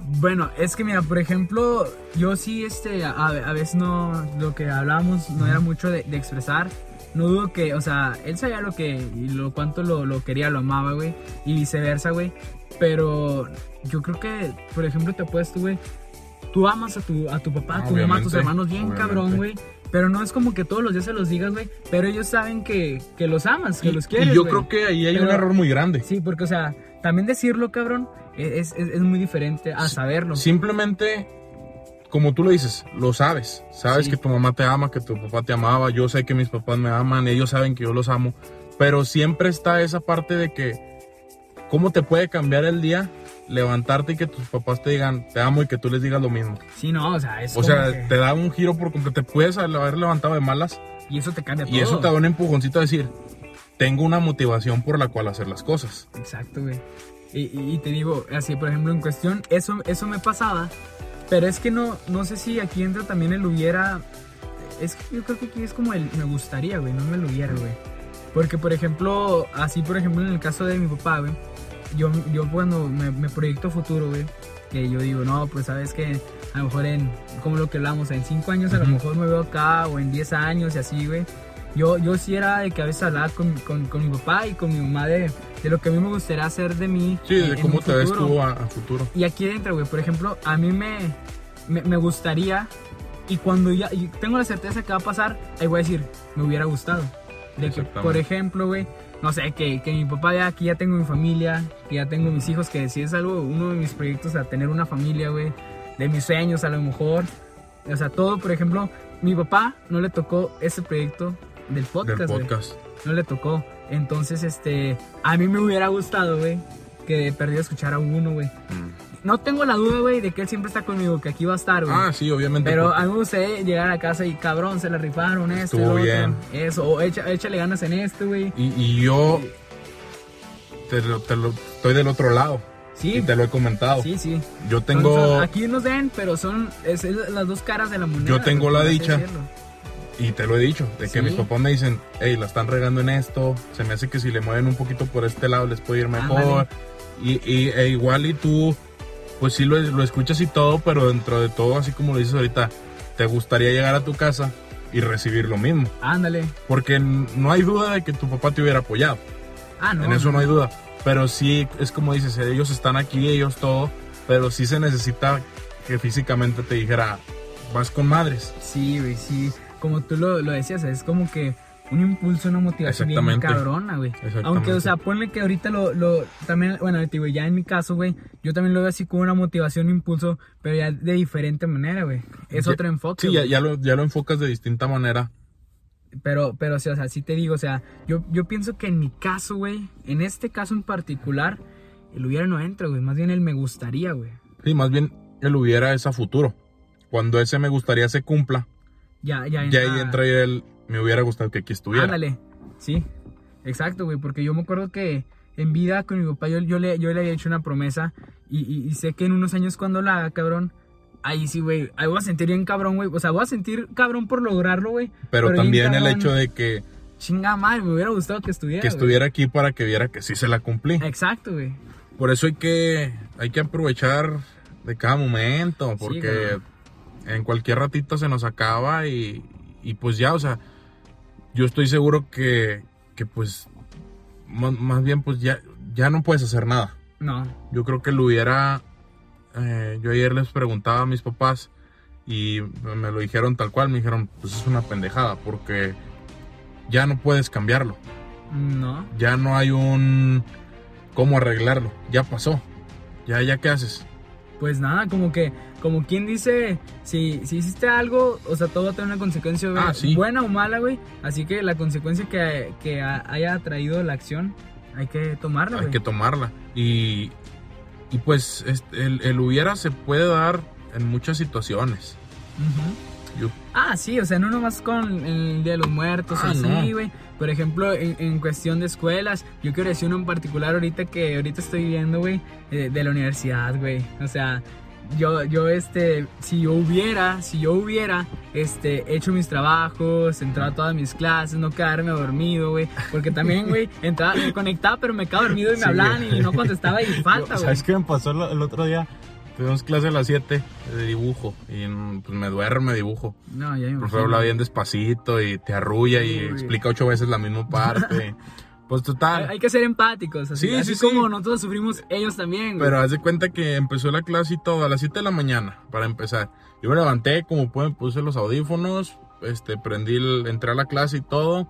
Speaker 1: Bueno, es que mira, por ejemplo, yo sí, este, a, a veces no, lo que hablábamos no era mucho de, de expresar. No dudo que, o sea, él sabía lo que, y lo cuánto lo, lo quería, lo amaba, güey, y viceversa, güey. Pero yo creo que, por ejemplo, te apuesto, güey, tú amas a tu, a tu papá, a tu mamá, a tus
Speaker 2: Obviamente,
Speaker 1: hermanos bien
Speaker 2: obviamente.
Speaker 1: cabrón, güey. Pero no es como que todos los días se los digas, güey, pero ellos saben que, que los amas, que los
Speaker 2: Y-
Speaker 1: quieres,
Speaker 2: y yo
Speaker 1: güey.
Speaker 2: creo que ahí hay un
Speaker 1: Pero-
Speaker 2: error muy grande.
Speaker 1: Sí, porque, o sea, también decirlo, cabrón, e, es, es- es muy diferente a
Speaker 2: Sí,
Speaker 1: saberlo.
Speaker 2: Simplemente, como tú lo dices, lo sabes. Sabes
Speaker 1: Sí.
Speaker 2: que tu mamá te ama, que tu papá te amaba. Yo sé que mis papás me aman, ellos saben que yo los amo. Pero siempre está esa parte de que, ¿cómo te puede cambiar el día? Levantarte y que tus papás te digan, te amo y que tú les digas lo mismo.
Speaker 1: Sí, no, o sea, es
Speaker 2: O
Speaker 1: como
Speaker 2: sea,
Speaker 1: que-
Speaker 2: te da un giro por completo. Te puedes haber levantado de malas
Speaker 1: y eso te cambia todo.
Speaker 2: y eso te da un empujoncito a decir: Tengo una motivación por la cual hacer las cosas.
Speaker 1: Exacto, güey. Y, y- y te digo, así, por ejemplo, en cuestión, eso, eso me pasaba, pero es que no, no sé si aquí entra también el hubiera... Es que yo creo que aquí es como el me gustaría, güey, no me lo hubiera, güey. Porque, por ejemplo, así, por ejemplo, en el caso de mi papá, güey, yo, yo cuando me, me proyecto futuro, güey, que yo digo, no, pues sabes que a lo mejor en, como lo que hablamos, en 5 años a lo
Speaker 2: Ujú.
Speaker 1: mejor me veo acá o en 10 años y así, güey. Yo, yo sí era de que a veces hablaba con, con, con mi papá y con mi mamá de, de lo que a mí me gustaría hacer de mí.
Speaker 2: Sí,
Speaker 1: en-
Speaker 2: de
Speaker 1: en
Speaker 2: cómo
Speaker 1: un
Speaker 2: te ves
Speaker 1: futuro.
Speaker 2: tú a, a futuro.
Speaker 1: Y aquí entra, güey, por ejemplo, a mí me, me, me gustaría y cuando ya y tengo la certeza que va a pasar, ahí voy a decir, me hubiera gustado. De que,
Speaker 2: Exactamente.
Speaker 1: por ejemplo, güey, no sé, que, que mi papá ya aquí ya tengo mi familia, que ya tengo mis hijos, que si es algo, uno de mis proyectos, a tener una familia, güey, de mis sueños a lo mejor. O sea, todo, por ejemplo, mi papá no le tocó ese proyecto del podcast,
Speaker 2: del
Speaker 1: güey
Speaker 2: podcast.
Speaker 1: no le tocó. Entonces, este, a mí me hubiera gustado, güey, que perdido escuchar a uno, güey.
Speaker 2: Mm.
Speaker 1: No tengo la duda, güey, de que él siempre está conmigo, que aquí va a estar, güey.
Speaker 2: Ah, sí, obviamente.
Speaker 1: Pero
Speaker 2: porque
Speaker 1: a mí me gustaría llegar a casa y cabrón, se la rifaron, esto,
Speaker 2: Estuvo
Speaker 1: el otro,
Speaker 2: bien.
Speaker 1: eso, o echa- échale ganas en esto, güey.
Speaker 2: Y, y yo te lo, te lo- estoy del otro lado y
Speaker 1: Sí,
Speaker 2: te lo he comentado.
Speaker 1: sí, sí.
Speaker 2: Yo tengo,
Speaker 1: Son- son- aquí nos den, pero son es- es las dos caras de la moneda.
Speaker 2: Yo tengo
Speaker 1: por
Speaker 2: la
Speaker 1: así
Speaker 2: dicha.
Speaker 1: decirlo.
Speaker 2: y te lo he dicho, de que
Speaker 1: Sí.
Speaker 2: mis papás me dicen, hey, la están regando en esto, se me hace que si le mueven un poquito por este lado les puede ir mejor.
Speaker 1: Ándale.
Speaker 2: Y, y- e igual y tú, pues sí lo, lo escuchas y todo, pero dentro de todo, así como lo dices ahorita, te gustaría llegar a tu casa y recibir lo mismo.
Speaker 1: Ándale.
Speaker 2: Porque n- no hay duda de que tu papá te hubiera apoyado.
Speaker 1: Ah, no.
Speaker 2: En eso no hay duda. Pero sí, es como dices, ellos están aquí, ellos todo. Pero sí se necesita que físicamente te dijera, vas con madres.
Speaker 1: Sí, güey, sí. Como tú lo, lo decías, es como que un impulso, una motivación bien
Speaker 2: Exactamente.
Speaker 1: cabrona, güey.
Speaker 2: Exactamente.
Speaker 1: Aunque, o sea, ponle que ahorita lo, lo también, bueno, te digo, ya en mi caso, güey, yo también lo veo así como una motivación, un impulso, pero ya de diferente manera, güey. Es
Speaker 2: Ya-
Speaker 1: otro enfoque.
Speaker 2: Sí, ya,
Speaker 1: güey.
Speaker 2: ya lo, ya lo enfocas de distinta manera.
Speaker 1: Pero, pero, sí, o sea, sí te digo, o sea, yo, yo pienso que en mi caso, güey, en este caso en particular, el hubiera no entra, güey. Más bien el me gustaría, güey.
Speaker 2: Sí, más bien él hubiera esa futuro. Cuando ese me gustaría se cumpla,
Speaker 1: Ya, ya
Speaker 2: ya ahí entra el me hubiera gustado que aquí estuviera.
Speaker 1: Ándale, sí, exacto, güey, porque yo me acuerdo que en vida con mi papá yo, yo, le, yo le había hecho una promesa y, y- y sé que en unos años cuando la haga, cabrón, ahí sí, güey, ahí voy a sentir bien cabrón, güey, o sea, voy a sentir cabrón por lograrlo, güey.
Speaker 2: Pero,
Speaker 1: bien
Speaker 2: también el
Speaker 1: cabrón,
Speaker 2: hecho de que,
Speaker 1: Chinga madre, me hubiera gustado que estuviera.
Speaker 2: que
Speaker 1: güey.
Speaker 2: estuviera aquí para que viera que sí se la cumplí.
Speaker 1: Exacto, güey.
Speaker 2: Por eso hay que, hay que aprovechar de cada momento, porque en cualquier ratito se nos acaba y, y pues ya, o sea, yo estoy seguro que, que pues, más, más bien pues ya, ya no puedes hacer nada.
Speaker 1: No,
Speaker 2: Yo creo que lo hubiera, eh, yo ayer les preguntaba a mis papás y me lo dijeron tal cual, me dijeron, pues es una pendejada, porque ya no puedes cambiarlo,
Speaker 1: no,
Speaker 2: ya no hay un cómo arreglarlo, ya pasó, ya, ya qué haces.
Speaker 1: pues nada, como que, como quien dice, si, si hiciste algo, o sea, todo va a tener una consecuencia güey,
Speaker 2: Ah, sí.
Speaker 1: buena o mala, güey, así que la consecuencia que, que a- haya traído la acción, hay que tomarla,
Speaker 2: hay
Speaker 1: güey.
Speaker 2: que tomarla. Y, y pues este, el, el hubiera se puede dar en muchas situaciones.
Speaker 1: Ujú.
Speaker 2: Yo-
Speaker 1: Ah, sí, o sea, no nomás con el Día de los Muertos,
Speaker 2: Ah,
Speaker 1: así,
Speaker 2: no.
Speaker 1: güey. Por ejemplo, en, en cuestión de escuelas, yo quiero decir uno en particular ahorita que ahorita estoy viendo, güey, eh, de la universidad, güey. O sea, yo, yo, este, si yo hubiera, si yo hubiera, este, hecho mis trabajos, entrado a todas mis clases, no quedarme dormido, güey. Porque también, güey, entraba, me conectaba, pero me quedaba dormido y me
Speaker 2: Sí,
Speaker 1: hablaban
Speaker 2: güey.
Speaker 1: y no contestaba y falta, güey.
Speaker 2: ¿Sabes qué me pasó el, el otro día? Tuvimos clase a las 7 de dibujo y mm, pues me duerme dibujo.
Speaker 1: No, ya me
Speaker 2: El
Speaker 1: imagino.
Speaker 2: profesor habla bien despacito y te arrulla y
Speaker 1: Uy.
Speaker 2: explica ocho veces la misma parte. pues
Speaker 1: Hay,
Speaker 2: total.
Speaker 1: hay que ser empáticos. Así,
Speaker 2: Sí,
Speaker 1: así
Speaker 2: sí, sí.
Speaker 1: como nosotros sufrimos, ellos también. güey.
Speaker 2: Pero haz de cuenta que empezó la clase y todo a las 7 de la mañana para empezar. Yo me levanté, como pueden, puse los audífonos, este, prendí, el- entré a la clase y todo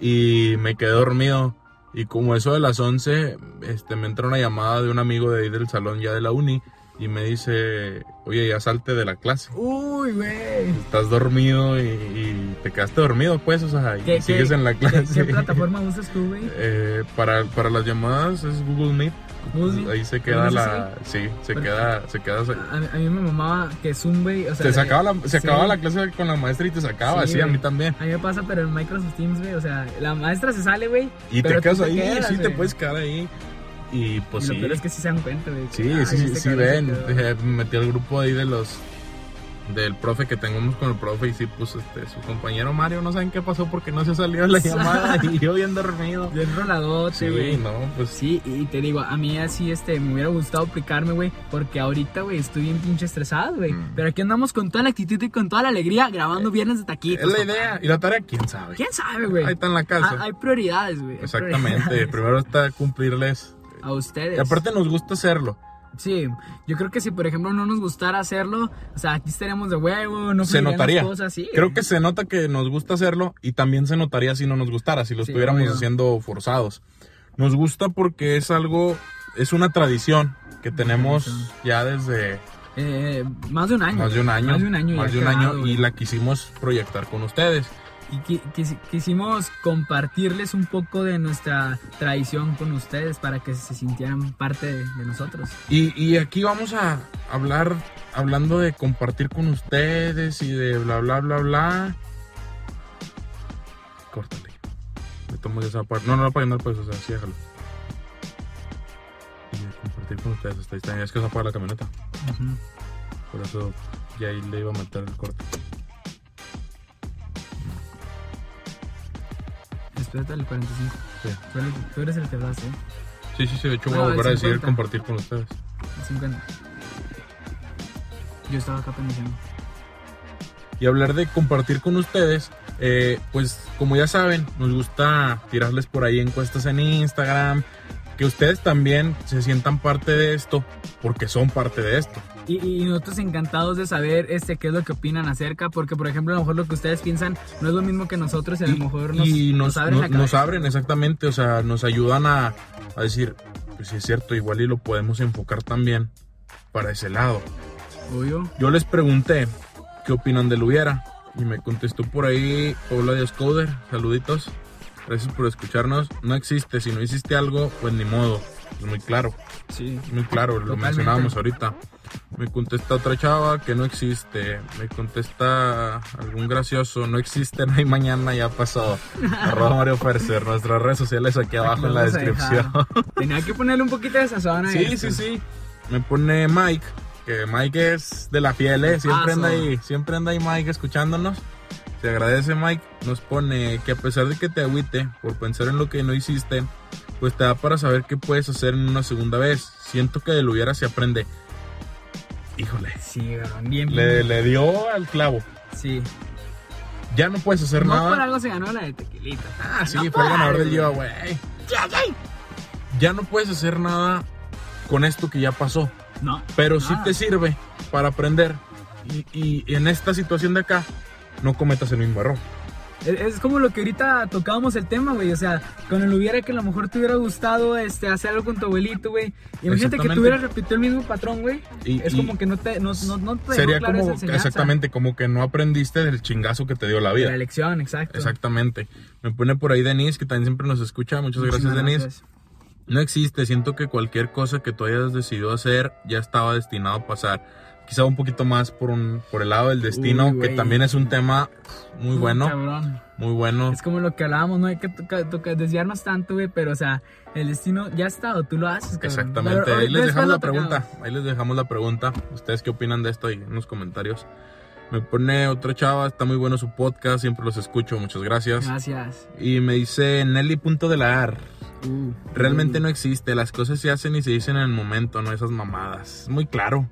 Speaker 2: y me quedé dormido. Y como eso de las 11, este, me entra una llamada de un amigo de ahí del salón ya de la uni y me dice, oye, ya salte de la clase.
Speaker 1: Uy, güey.
Speaker 2: Estás dormido y, y te quedaste dormido, pues, o sea, y
Speaker 1: ¿Qué-
Speaker 2: sigues
Speaker 1: qué-
Speaker 2: en la
Speaker 1: ¿Qué, qué
Speaker 2: clase.
Speaker 1: plataforma usas tú, güey?
Speaker 2: Eh, para, para las llamadas es Google Meet.
Speaker 1: Google.
Speaker 2: Ahí se
Speaker 1: ¿Pero
Speaker 2: queda
Speaker 1: no se
Speaker 2: la. Sí, se
Speaker 1: Perfecto.
Speaker 2: queda. Se queda se,
Speaker 1: A, a mí me mamaba que Zoom, güey. O sea,
Speaker 2: te sacaba la, se
Speaker 1: sí.
Speaker 2: acababa la clase con la maestra y te sacaba,
Speaker 1: Sí,
Speaker 2: sí, a mí
Speaker 1: güey.
Speaker 2: también.
Speaker 1: A mí me pasa, pero en Microsoft Teams, güey. O sea, la maestra se sale, güey.
Speaker 2: Y
Speaker 1: Pero
Speaker 2: te
Speaker 1: tú
Speaker 2: quedas
Speaker 1: te
Speaker 2: ahí,
Speaker 1: quedas,
Speaker 2: sí, te
Speaker 1: güey.
Speaker 2: puedes quedar ahí. Y pues
Speaker 1: y lo
Speaker 2: sí.
Speaker 1: peor es que sí se dan cuenta, güey. que,
Speaker 2: Sí,
Speaker 1: ay, este
Speaker 2: sí, sí, sí
Speaker 1: cabrón se
Speaker 2: ven.
Speaker 1: quedó.
Speaker 2: Eh, Me metí al grupo ahí de los. Del profe que tengamos con el profe y sí, pues este, su compañero Mario, no saben qué pasó porque no se salió la llamada y yo bien dormido.
Speaker 1: Bien
Speaker 2: Sí,
Speaker 1: roladote, güey.
Speaker 2: no, pues
Speaker 1: Sí, y te digo, a mí así este, me hubiera gustado aplicarme, güey, porque ahorita, güey, estoy bien pinche estresado, güey.
Speaker 2: Mm. Eh,
Speaker 1: Pero aquí andamos con toda la actitud y con toda la alegría grabando viernes de
Speaker 2: es
Speaker 1: taquitos.
Speaker 2: la
Speaker 1: papá.
Speaker 2: idea. ¿Y la tarea? ¿Quién sabe?
Speaker 1: pues ¿Quién sabe, güey?
Speaker 2: Ahí está en la casa.
Speaker 1: Ah, hay prioridades, güey. hay
Speaker 2: Exactamente,
Speaker 1: prioridades.
Speaker 2: primero está cumplirles.
Speaker 1: A ustedes.
Speaker 2: Y aparte nos gusta hacerlo.
Speaker 1: Sí, yo creo que si, por ejemplo, no nos gustara hacerlo, o sea, aquí estaríamos de huevo, no
Speaker 2: Se
Speaker 1: fluirían las
Speaker 2: notaría.
Speaker 1: Cosas, sí.
Speaker 2: Creo que se nota que nos gusta hacerlo y también se notaría si no nos gustara, si lo
Speaker 1: Sí,
Speaker 2: estuviéramos
Speaker 1: obvio.
Speaker 2: haciendo forzados. Nos gusta porque es algo, es una tradición que tenemos
Speaker 1: tradición.
Speaker 2: ya desde
Speaker 1: Eh, más de un año.
Speaker 2: más de un año.
Speaker 1: Más de un año. ya
Speaker 2: más de un
Speaker 1: quedado,
Speaker 2: año
Speaker 1: güey.
Speaker 2: y la quisimos proyectar con ustedes.
Speaker 1: Y qui- quis- quisimos compartirles un poco de nuestra tradición con ustedes para que se sintieran parte de, de nosotros.
Speaker 2: Y, y aquí vamos a hablar, hablando de compartir con ustedes y de bla, bla, bla, bla. Córtale. Le tomo esa parte. No, no, no, para no, pues, o sea, sí, déjalo. Y de compartir con ustedes hasta ahí está. Es que se apaga la camioneta.
Speaker 1: Ujú.
Speaker 2: Por eso ya ahí le iba a matar el corte.
Speaker 1: Espérate al 45.
Speaker 2: Sí,
Speaker 1: Tú eres- Tú eres el que hablaste, ¿eh?
Speaker 2: sí, sí, sí, de hecho voy a
Speaker 1: No, el
Speaker 2: volver a decidir
Speaker 1: 50.
Speaker 2: compartir con ustedes.
Speaker 1: El 50. Yo estaba acá pensando.
Speaker 2: y hablar de compartir con ustedes. eh, pues como ya saben, nos gusta tirarles por ahí encuestas en Instagram, que ustedes también se sientan parte de esto, porque son parte de esto.
Speaker 1: Y, y nosotros encantados de saber este qué es lo que opinan acerca, porque por ejemplo a lo mejor lo que ustedes piensan no es lo mismo que nosotros y a lo mejor nos,
Speaker 2: y nos,
Speaker 1: nos abren la
Speaker 2: no- nos
Speaker 1: cabeza.
Speaker 2: abren exactamente, o sea, nos ayudan a, a decir, pues sí es cierto, igual y lo podemos enfocar también para ese lado.
Speaker 1: Obvio.
Speaker 2: Yo les pregunté qué opinan del hubiera y me contestó por ahí Paula Díaz Coder, saluditos, gracias por escucharnos, no existe, si no hiciste algo, pues ni modo, es muy claro.
Speaker 1: Sí.
Speaker 2: Muy claro, lo
Speaker 1: Totalmente.
Speaker 2: mencionábamos ahorita. Me contesta otra chava que no existe. Me contesta algún gracioso. No existe, no hay mañana, ya pasó. Arroba Mario Ferser. Nuestras redes sociales aquí abajo en la
Speaker 1: Vamos a dejar.
Speaker 2: descripción.
Speaker 1: Tenía que ponerle un poquito de sazón a
Speaker 2: Sí,
Speaker 1: esto.
Speaker 2: sí, sí. Me pone Mike, que Mike es de la piel, ¿eh? Siempre anda
Speaker 1: Tipazo.
Speaker 2: ahí, siempre anda ahí Mike escuchándonos. Se agradece Mike. Nos pone que a pesar de que te agüite por pensar en lo que no hiciste, pues te da para saber qué puedes hacer en una segunda vez. Siento que del hubiera se aprende. Híjole.
Speaker 1: Sí, cabrón, bien.
Speaker 2: Le, le dio al clavo.
Speaker 1: Sí.
Speaker 2: Ya no puedes hacer
Speaker 1: No
Speaker 2: nada.
Speaker 1: por algo se ganó la de tequilita.
Speaker 2: Ah, sí,
Speaker 1: No
Speaker 2: fue el
Speaker 1: por
Speaker 2: ganador del
Speaker 1: algo.
Speaker 2: giveaway. Ya no puedes hacer nada con esto que ya pasó.
Speaker 1: No.
Speaker 2: pero sí
Speaker 1: Ah.
Speaker 2: te sirve para aprender. Y, y- y en esta situación de acá, no cometas el mismo error.
Speaker 1: Es, es como lo que ahorita tocábamos el tema, güey. O sea, con el hubiera que a lo mejor te hubiera gustado este, hacer algo con tu abuelito, güey. Imagínate que
Speaker 2: Exactamente.
Speaker 1: tú hubieras repetido el mismo patrón, güey.
Speaker 2: Y,
Speaker 1: Es
Speaker 2: y
Speaker 1: como que no te, Pues no, no, no te dejó
Speaker 2: sería
Speaker 1: clara esa
Speaker 2: como
Speaker 1: enseñanza.
Speaker 2: exactamente como que no aprendiste del chingazo que te dio la vida.
Speaker 1: La elección, exacto.
Speaker 2: Exactamente. Me pone por ahí Denise, que también siempre nos escucha. Muchas
Speaker 1: Muchísimas
Speaker 2: gracias, Denise. No existe. Siento que cualquier cosa que tú hayas decidido hacer ya estaba destinado a pasar. Quizá un poquito más por, un, por el lado del destino,
Speaker 1: Uy,
Speaker 2: que
Speaker 1: güey.
Speaker 2: también es un tema muy bueno.
Speaker 1: Cabrón.
Speaker 2: Muy bueno.
Speaker 1: Es como lo que hablábamos, no hay que toca- toca- desviarnos tanto, güey, pero o sea, el destino ya está o tú lo haces, cabrón.
Speaker 2: Exactamente,
Speaker 1: Pero
Speaker 2: ahí les
Speaker 1: después
Speaker 2: dejamos
Speaker 1: lo
Speaker 2: la pregunta.
Speaker 1: tocamos.
Speaker 2: Ahí les dejamos la pregunta. ¿Ustedes qué opinan de esto ahí en los comentarios? Me pone otra chava, está muy bueno su podcast, siempre los escucho, muchas gracias.
Speaker 1: Gracias.
Speaker 2: Y me dice Nelly punto de la ar.
Speaker 1: Uh,
Speaker 2: Realmente no existe, las cosas se hacen y se dicen en el momento, no esas mamadas. Muy claro,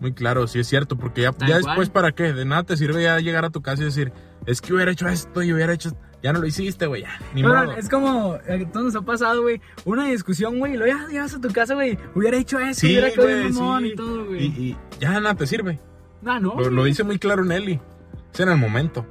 Speaker 2: muy claro, sí es cierto, porque ya,
Speaker 1: Tal
Speaker 2: ya
Speaker 1: cual.
Speaker 2: después para qué, de nada te sirve ya llegar a tu casa y decir, es que hubiera hecho esto y hubiera hecho, esto". ya no lo hiciste, güey, ya, ni
Speaker 1: Cabrón,
Speaker 2: modo.
Speaker 1: es como, eh, todo nos ha pasado, güey, una discusión, güey, y luego ya llegas a tu casa, güey, hubiera hecho eso,
Speaker 2: Sí,
Speaker 1: hubiera quedado bien
Speaker 2: güey,
Speaker 1: mamón
Speaker 2: sí.
Speaker 1: y todo,
Speaker 2: Y,
Speaker 1: güey.
Speaker 2: y ya nada te sirve.
Speaker 1: No, no.
Speaker 2: Lo, lo dice muy claro Nelly. Es en el momento.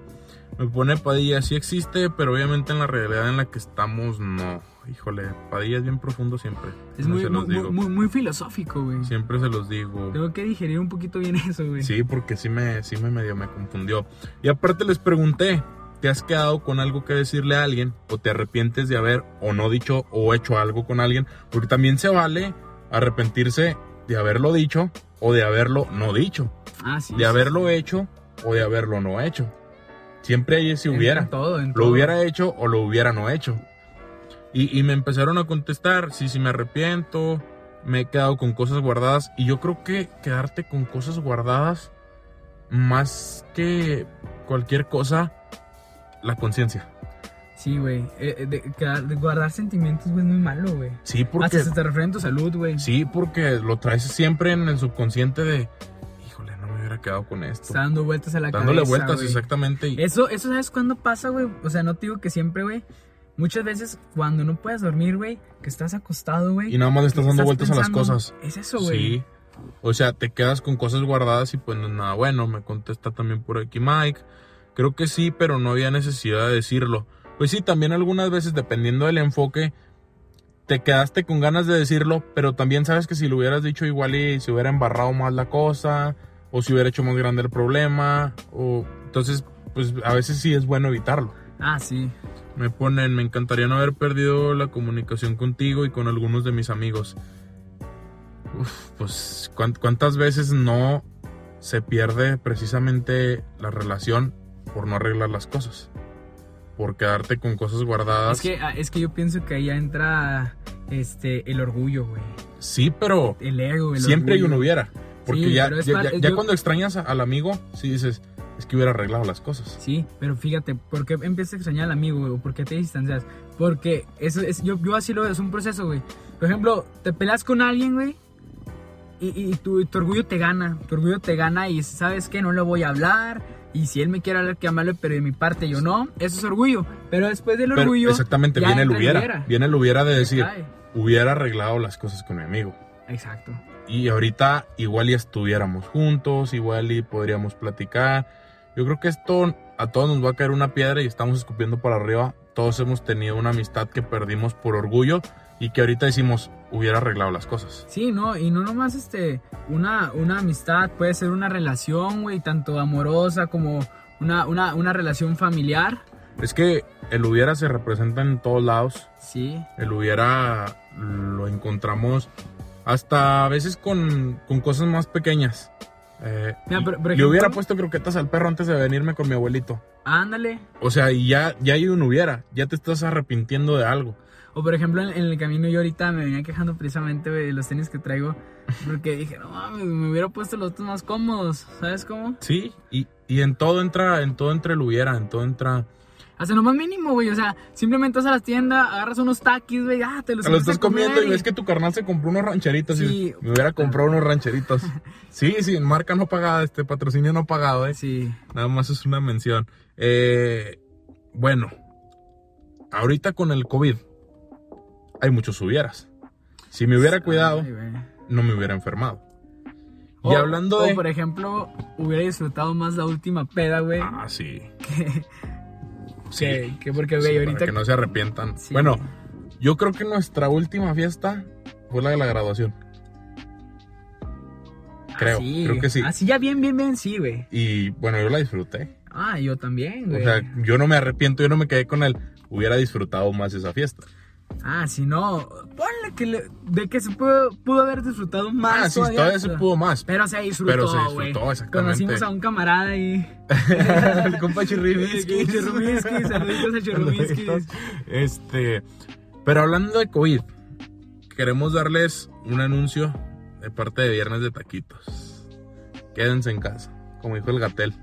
Speaker 2: Me pone Padilla, sí existe, pero obviamente en la realidad en la que estamos, no. Híjole, Padilla es bien profundo siempre.
Speaker 1: es
Speaker 2: No
Speaker 1: muy,
Speaker 2: se los
Speaker 1: muy,
Speaker 2: digo.
Speaker 1: muy, muy- muy filosófico, güey.
Speaker 2: Siempre se los digo.
Speaker 1: Tengo que digerir un poquito bien eso, güey.
Speaker 2: Sí, porque sí me, sí me medio me confundió. Y aparte les pregunté, ¿te has quedado con algo que decirle a alguien? ¿O te arrepientes de haber o no dicho o hecho algo con alguien? Porque también se vale arrepentirse de haberlo dicho o de haberlo no dicho.
Speaker 1: Ah, sí.
Speaker 2: de
Speaker 1: sí,
Speaker 2: haberlo hecho o de haberlo no hecho. Siempre hay si
Speaker 1: en-
Speaker 2: hubiera.
Speaker 1: en todo, en
Speaker 2: Lo
Speaker 1: todo.
Speaker 2: hubiera hecho o lo hubiera no hecho. Y, y me empezaron a contestar, sí, sí me arrepiento, me he quedado con cosas guardadas. Y yo creo que quedarte con cosas guardadas, más que cualquier cosa, la conciencia.
Speaker 1: Sí, güey. Eh, eh, de- quedar- de guardar sentimientos, güey, es muy malo, güey.
Speaker 2: Sí, porque...
Speaker 1: Hasta se te refleja en tu salud, güey.
Speaker 2: Sí, porque lo traes siempre en el subconsciente de, híjole, no me hubiera quedado con esto.
Speaker 1: Está dando vueltas a la
Speaker 2: Dándole
Speaker 1: cabeza,
Speaker 2: vueltas,
Speaker 1: güey.
Speaker 2: exactamente. y-
Speaker 1: Eso, eso, ¿sabes cuándo pasa, güey? O sea, no te digo que siempre, güey. Muchas veces cuando no puedes dormir, güey, que estás acostado, güey.
Speaker 2: y nada más le estás
Speaker 1: que
Speaker 2: dando vueltas a las
Speaker 1: pensando,
Speaker 2: cosas.
Speaker 1: Es eso, güey.
Speaker 2: Sí. O sea, te quedas con cosas guardadas y pues no es nada bueno. Me contesta también por aquí Mike. Creo que sí, pero no había necesidad de decirlo. Pues sí, también algunas veces, dependiendo del enfoque, te quedaste con ganas de decirlo, pero también sabes que si lo hubieras dicho igual y se hubiera embarrado más la cosa, o se hubiera hecho más grande el problema, o entonces, pues a veces sí es bueno evitarlo.
Speaker 1: Ah, sí.
Speaker 2: Me ponen, me encantaría no haber perdido la comunicación contigo y con algunos de mis amigos. Uf, pues, ¿cuán- ¿cuántas veces no se pierde precisamente la relación por no arreglar las cosas? Por quedarte con cosas guardadas.
Speaker 1: Es que, ah, es que yo pienso que ahí ya entra este, el orgullo, güey.
Speaker 2: Sí, pero
Speaker 1: El ego, el
Speaker 2: siempre hay
Speaker 1: orgullo.
Speaker 2: un hubiera. Porque
Speaker 1: Sí,
Speaker 2: ya,
Speaker 1: pero es
Speaker 2: ya-
Speaker 1: par-
Speaker 2: ya- ya
Speaker 1: yo-
Speaker 2: cuando extrañas a- al amigo, sí dices, es que hubiera arreglado las cosas.
Speaker 1: Sí, pero fíjate, ¿por qué empiezas a extrañar al amigo, güey? ¿O ¿Por qué te distancias? Porque eso es, yo, yo así lo veo, es un proceso, güey. Por ejemplo, te peleas con alguien, güey, y, y tu, tu orgullo te gana, tu orgullo te gana y dices, sabes qué, no le voy a hablar, y si él me quiere hablar, que amable, pero de mi parte yo no, eso es orgullo. Pero después del
Speaker 2: Pero
Speaker 1: orgullo,
Speaker 2: exactamente,
Speaker 1: ya
Speaker 2: viene el
Speaker 1: entra el
Speaker 2: hubiera.
Speaker 1: hubiera.
Speaker 2: Viene el hubiera de decir,
Speaker 1: cae.
Speaker 2: hubiera arreglado las cosas con mi amigo.
Speaker 1: Exacto.
Speaker 2: Y ahorita igual y estuviéramos juntos, igual y podríamos platicar. Yo creo que esto a todos nos va a caer una piedra y estamos escupiendo para arriba. Todos hemos tenido una amistad que perdimos por orgullo y que ahorita decimos hubiera arreglado las cosas.
Speaker 1: Sí, no, y no nomás este, una, una amistad, puede ser una relación, güey, tanto amorosa como una, una, una relación familiar.
Speaker 2: Es que el hubiera se representa en todos lados.
Speaker 1: Sí.
Speaker 2: El hubiera lo encontramos hasta a veces con, con cosas más pequeñas. Eh,
Speaker 1: Mira, pero, por
Speaker 2: yo hubiera
Speaker 1: ejemplo-
Speaker 2: puesto croquetas al perro antes de venirme con mi abuelito.
Speaker 1: Ándale.
Speaker 2: O sea, y ya, ya hay un hubiera, ya te estás arrepintiendo de algo.
Speaker 1: O por ejemplo, en, en el camino yo ahorita me venía quejando precisamente güey, de los tenis que traigo. Porque dije, no mames, me hubiera puesto los otros más cómodos. ¿Sabes cómo?
Speaker 2: Sí, y, y en todo entra, en todo entra el hubiera, en todo entra.
Speaker 1: Hasta lo más mínimo, güey. O sea, simplemente vas a la tienda, agarras unos taquis, güey. Ah, te los
Speaker 2: Lo
Speaker 1: empiezas
Speaker 2: estás
Speaker 1: a comer
Speaker 2: comiendo y
Speaker 1: y-
Speaker 2: ves que tu carnal se compró unos rancheritos.
Speaker 1: Sí.
Speaker 2: Y me hubiera comprado unos rancheritos. Sí, sí, marca no pagada, este patrocinio no pagado, ¿eh?
Speaker 1: Sí.
Speaker 2: Nada más es una mención. Eh, bueno, ahorita con el COVID hay muchos hubieras. Si me hubiera cuidado,
Speaker 1: Ay, güey.
Speaker 2: no me hubiera enfermado.
Speaker 1: O-
Speaker 2: y hablando
Speaker 1: o,
Speaker 2: de...
Speaker 1: por ejemplo, hubiera disfrutado más la última peda, güey.
Speaker 2: Ah, sí.
Speaker 1: que,
Speaker 2: Sí.
Speaker 1: que- que porque,
Speaker 2: Sí,
Speaker 1: güey,
Speaker 2: para
Speaker 1: ahorita.
Speaker 2: que no se arrepientan.
Speaker 1: Sí.
Speaker 2: Bueno, yo creo que nuestra última fiesta fue la de la graduación. Creo,
Speaker 1: Así,
Speaker 2: creo que sí.
Speaker 1: Así Ah, ya bien, bien, bien, sí, güey.
Speaker 2: Y bueno, yo la disfruté.
Speaker 1: Ah, yo también,
Speaker 2: O
Speaker 1: güey.
Speaker 2: sea, yo no me arrepiento, yo no me quedé con él. Hubiera disfrutado más esa fiesta.
Speaker 1: Ah, si no, ponle que le- de que se pudo, pudo haber disfrutado más.
Speaker 2: ah, sí,
Speaker 1: todavía,
Speaker 2: todavía se
Speaker 1: pero-
Speaker 2: pudo más.
Speaker 1: Pero se disfrutó,
Speaker 2: Pero se disfrutó,
Speaker 1: güey.
Speaker 2: exactamente.
Speaker 1: Conocimos a un camarada y.
Speaker 2: el compa
Speaker 1: Chirrubiski,
Speaker 2: Chirribisky.
Speaker 1: Chirrubiski, saluditos a Chirrubiski.
Speaker 2: Este. Pero hablando de COVID, queremos darles un anuncio de parte de Viernes de Taquitos. Quédense en casa, como dijo el Gatel.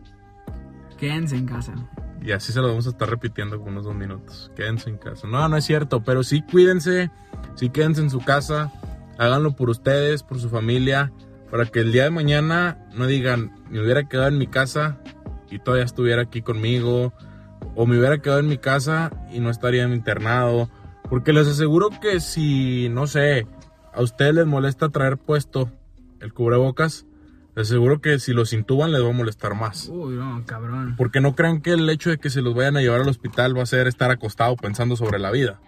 Speaker 1: Quédense en casa.
Speaker 2: Y así se lo vamos a estar repitiendo con unos dos minutos. Quédense en casa. No, no es cierto, pero sí cuídense, sí quédense en su casa, háganlo por ustedes, por su familia, para que el día de mañana no digan, me hubiera quedado en mi casa y todavía estuviera aquí conmigo, o me hubiera quedado en mi casa y no estaría internado. Porque les aseguro que si, no sé, a ustedes les molesta traer puesto el cubrebocas, les aseguro que si los intuban les va a molestar más.
Speaker 1: Uy, no, cabrón.
Speaker 2: Porque no crean que el hecho de que se los vayan a llevar al hospital va a ser estar acostado pensando sobre la vida.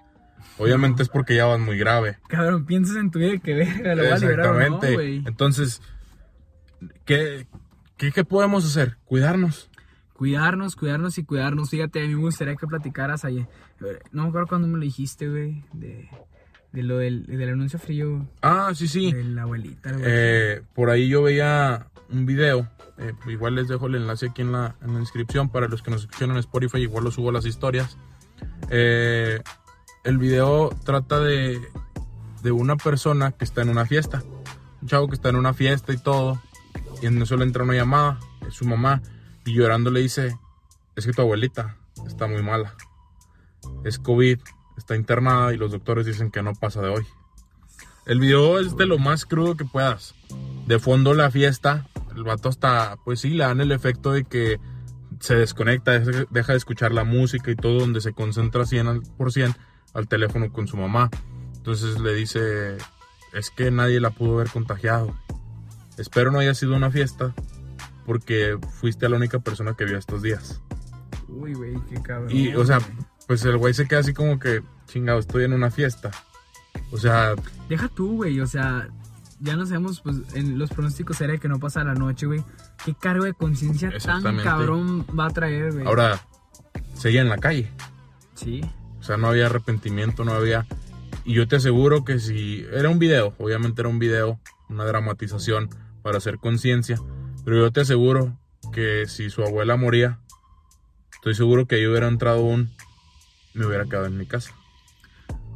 Speaker 2: Obviamente es porque ya van muy grave.
Speaker 1: Cabrón, piensas en tu vida y que verga, lo va a liberar o no, güey.
Speaker 2: Entonces, ¿qué, qué, qué podemos hacer? Cuidarnos.
Speaker 1: Cuidarnos, cuidarnos y cuidarnos. Fíjate, a mí me gustaría que platicaras ayer. No me acuerdo cuándo me lo dijiste, güey. De, de lo del, del anuncio frío
Speaker 2: Ah, sí, sí.
Speaker 1: de la abuelita. güey.
Speaker 2: Eh, por ahí yo veía un video. eh, igual les dejo el enlace aquí en la, en la inscripción para los que nos escuchan en Spotify. Igual lo subo a las historias. Eh, el video trata de, de una persona que está en una fiesta. Un chavo que está en una fiesta y todo. Y en eso le entra una llamada. Es su mamá. Y llorando le dice: Es que tu abuelita está muy mala. Es COVID. Está internada y los doctores dicen que no pasa de hoy. El video es de lo más crudo que puedas. De fondo la fiesta, el vato hasta, pues sí, le dan el efecto de que se desconecta, deja- deja de escuchar la música y todo, donde se concentra 100 al- por 100 al teléfono con su mamá. Entonces le dice, es que nadie la pudo haber contagiado. Espero no haya sido una fiesta, porque fuiste la única persona que vio estos días.
Speaker 1: Uy, güey, qué cabrón.
Speaker 2: Y, o sea,
Speaker 1: güey.
Speaker 2: pues el güey se queda así como que, chingado, estoy en una fiesta. O sea,
Speaker 1: Deja tú, güey, o sea, ya no sabemos, pues, en los pronósticos era que no pasa la noche, güey. Qué cargo de conciencia tan
Speaker 2: Exactamente.
Speaker 1: cabrón va a traer, güey.
Speaker 2: ahora seguía en la calle.
Speaker 1: Sí,
Speaker 2: O sea, no había arrepentimiento, no había... Y yo te aseguro que si... Era un video, obviamente era un video, una dramatización para hacer conciencia. Pero yo te aseguro que si su abuela moría, estoy seguro que yo hubiera entrado un... Me hubiera quedado en mi casa.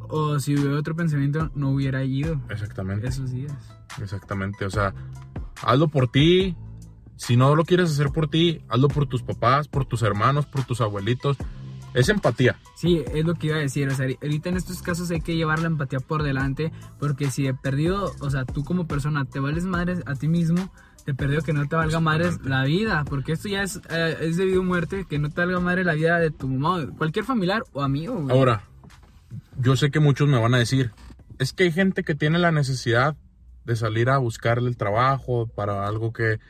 Speaker 1: o si hubiera otro pensamiento, no hubiera ido
Speaker 2: Exactamente.
Speaker 1: esos días.
Speaker 2: Exactamente. O sea, hazlo por ti. Si no lo quieres hacer por ti, hazlo por tus papás, por tus hermanos, por tus abuelitos. Es empatía.
Speaker 1: Sí, es lo que iba a decir. O sea, ahorita en estos casos hay que llevar la empatía por delante. Porque si de perdido, o sea, tú como persona te vales madres a ti mismo, de perdido que no te valga madres la vida. Porque esto ya es, eh, es debido a muerte, que no te valga madre la vida de tu mamá, o de cualquier familiar o amigo. güey.
Speaker 2: Ahora, yo sé que muchos me van a decir, es que hay gente que tiene la necesidad de salir a buscarle el trabajo para algo que...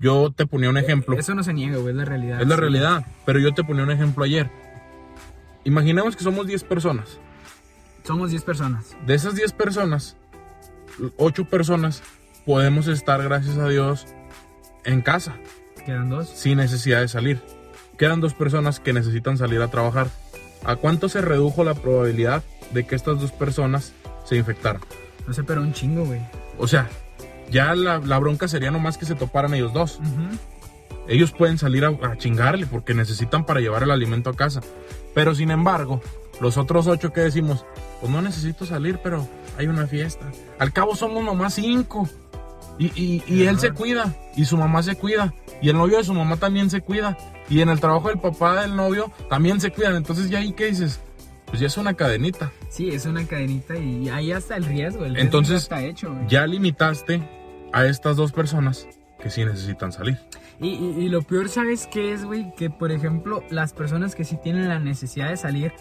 Speaker 2: Yo te ponía un ejemplo.
Speaker 1: Eso no se niega, güey, es la realidad.
Speaker 2: Es la
Speaker 1: sí.
Speaker 2: realidad. Pero yo te ponía un ejemplo ayer. Imaginemos que somos 10 personas.
Speaker 1: Somos 10 personas.
Speaker 2: De esas 10 personas, 8 personas podemos estar, gracias a Dios, en casa,
Speaker 1: Quedan dos.
Speaker 2: sin necesidad de salir. Quedan dos personas que necesitan salir a trabajar. ¿A cuánto se redujo la probabilidad de que estas dos personas se infectaran?
Speaker 1: No sé, pero un chingo, güey.
Speaker 2: O sea, ya la, la bronca sería nomás que se toparan ellos dos.
Speaker 1: Ujú.
Speaker 2: Ellos pueden salir a, a chingarle porque necesitan para llevar el alimento a casa. Pero sin embargo, los otros ocho que decimos, pues no necesito salir, pero hay una fiesta. Al cabo somos nomás cinco. Y, y- y él se cuida, y su mamá se cuida, y el novio de su mamá también se cuida, y en el trabajo del papá del novio también se cuidan. Entonces ya ahí que dices, pues ya es una cadenita.
Speaker 1: Sí, es una cadenita y ahí hasta el riesgo. El riesgo
Speaker 2: Entonces,
Speaker 1: ya está hecho, güey.
Speaker 2: Ya limitaste a estas dos personas que sí necesitan salir.
Speaker 1: Y, y- y lo peor, ¿sabes qué es, güey? Que, por ejemplo, las personas que sí tienen la necesidad de salir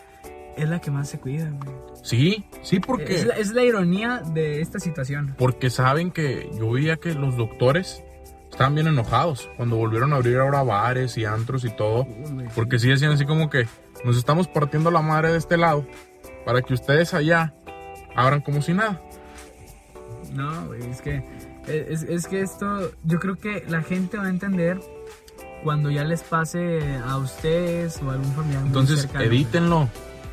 Speaker 1: es la que más se cuida, güey.
Speaker 2: Sí, sí, porque...
Speaker 1: Es, la, es la ironía de esta situación.
Speaker 2: porque saben que yo veía que los doctores estaban bien enojados cuando volvieron a abrir ahora bares y antros y todo, porque sí decían así como que nos estamos partiendo la madre de este lado para que ustedes allá abran como si nada.
Speaker 1: No, güey, es que, es, es que esto, yo creo que la gente va a entender cuando ya les pase a ustedes o a algún familiar. muy
Speaker 2: Entonces
Speaker 1: cercano, güey.
Speaker 2: evítenlo,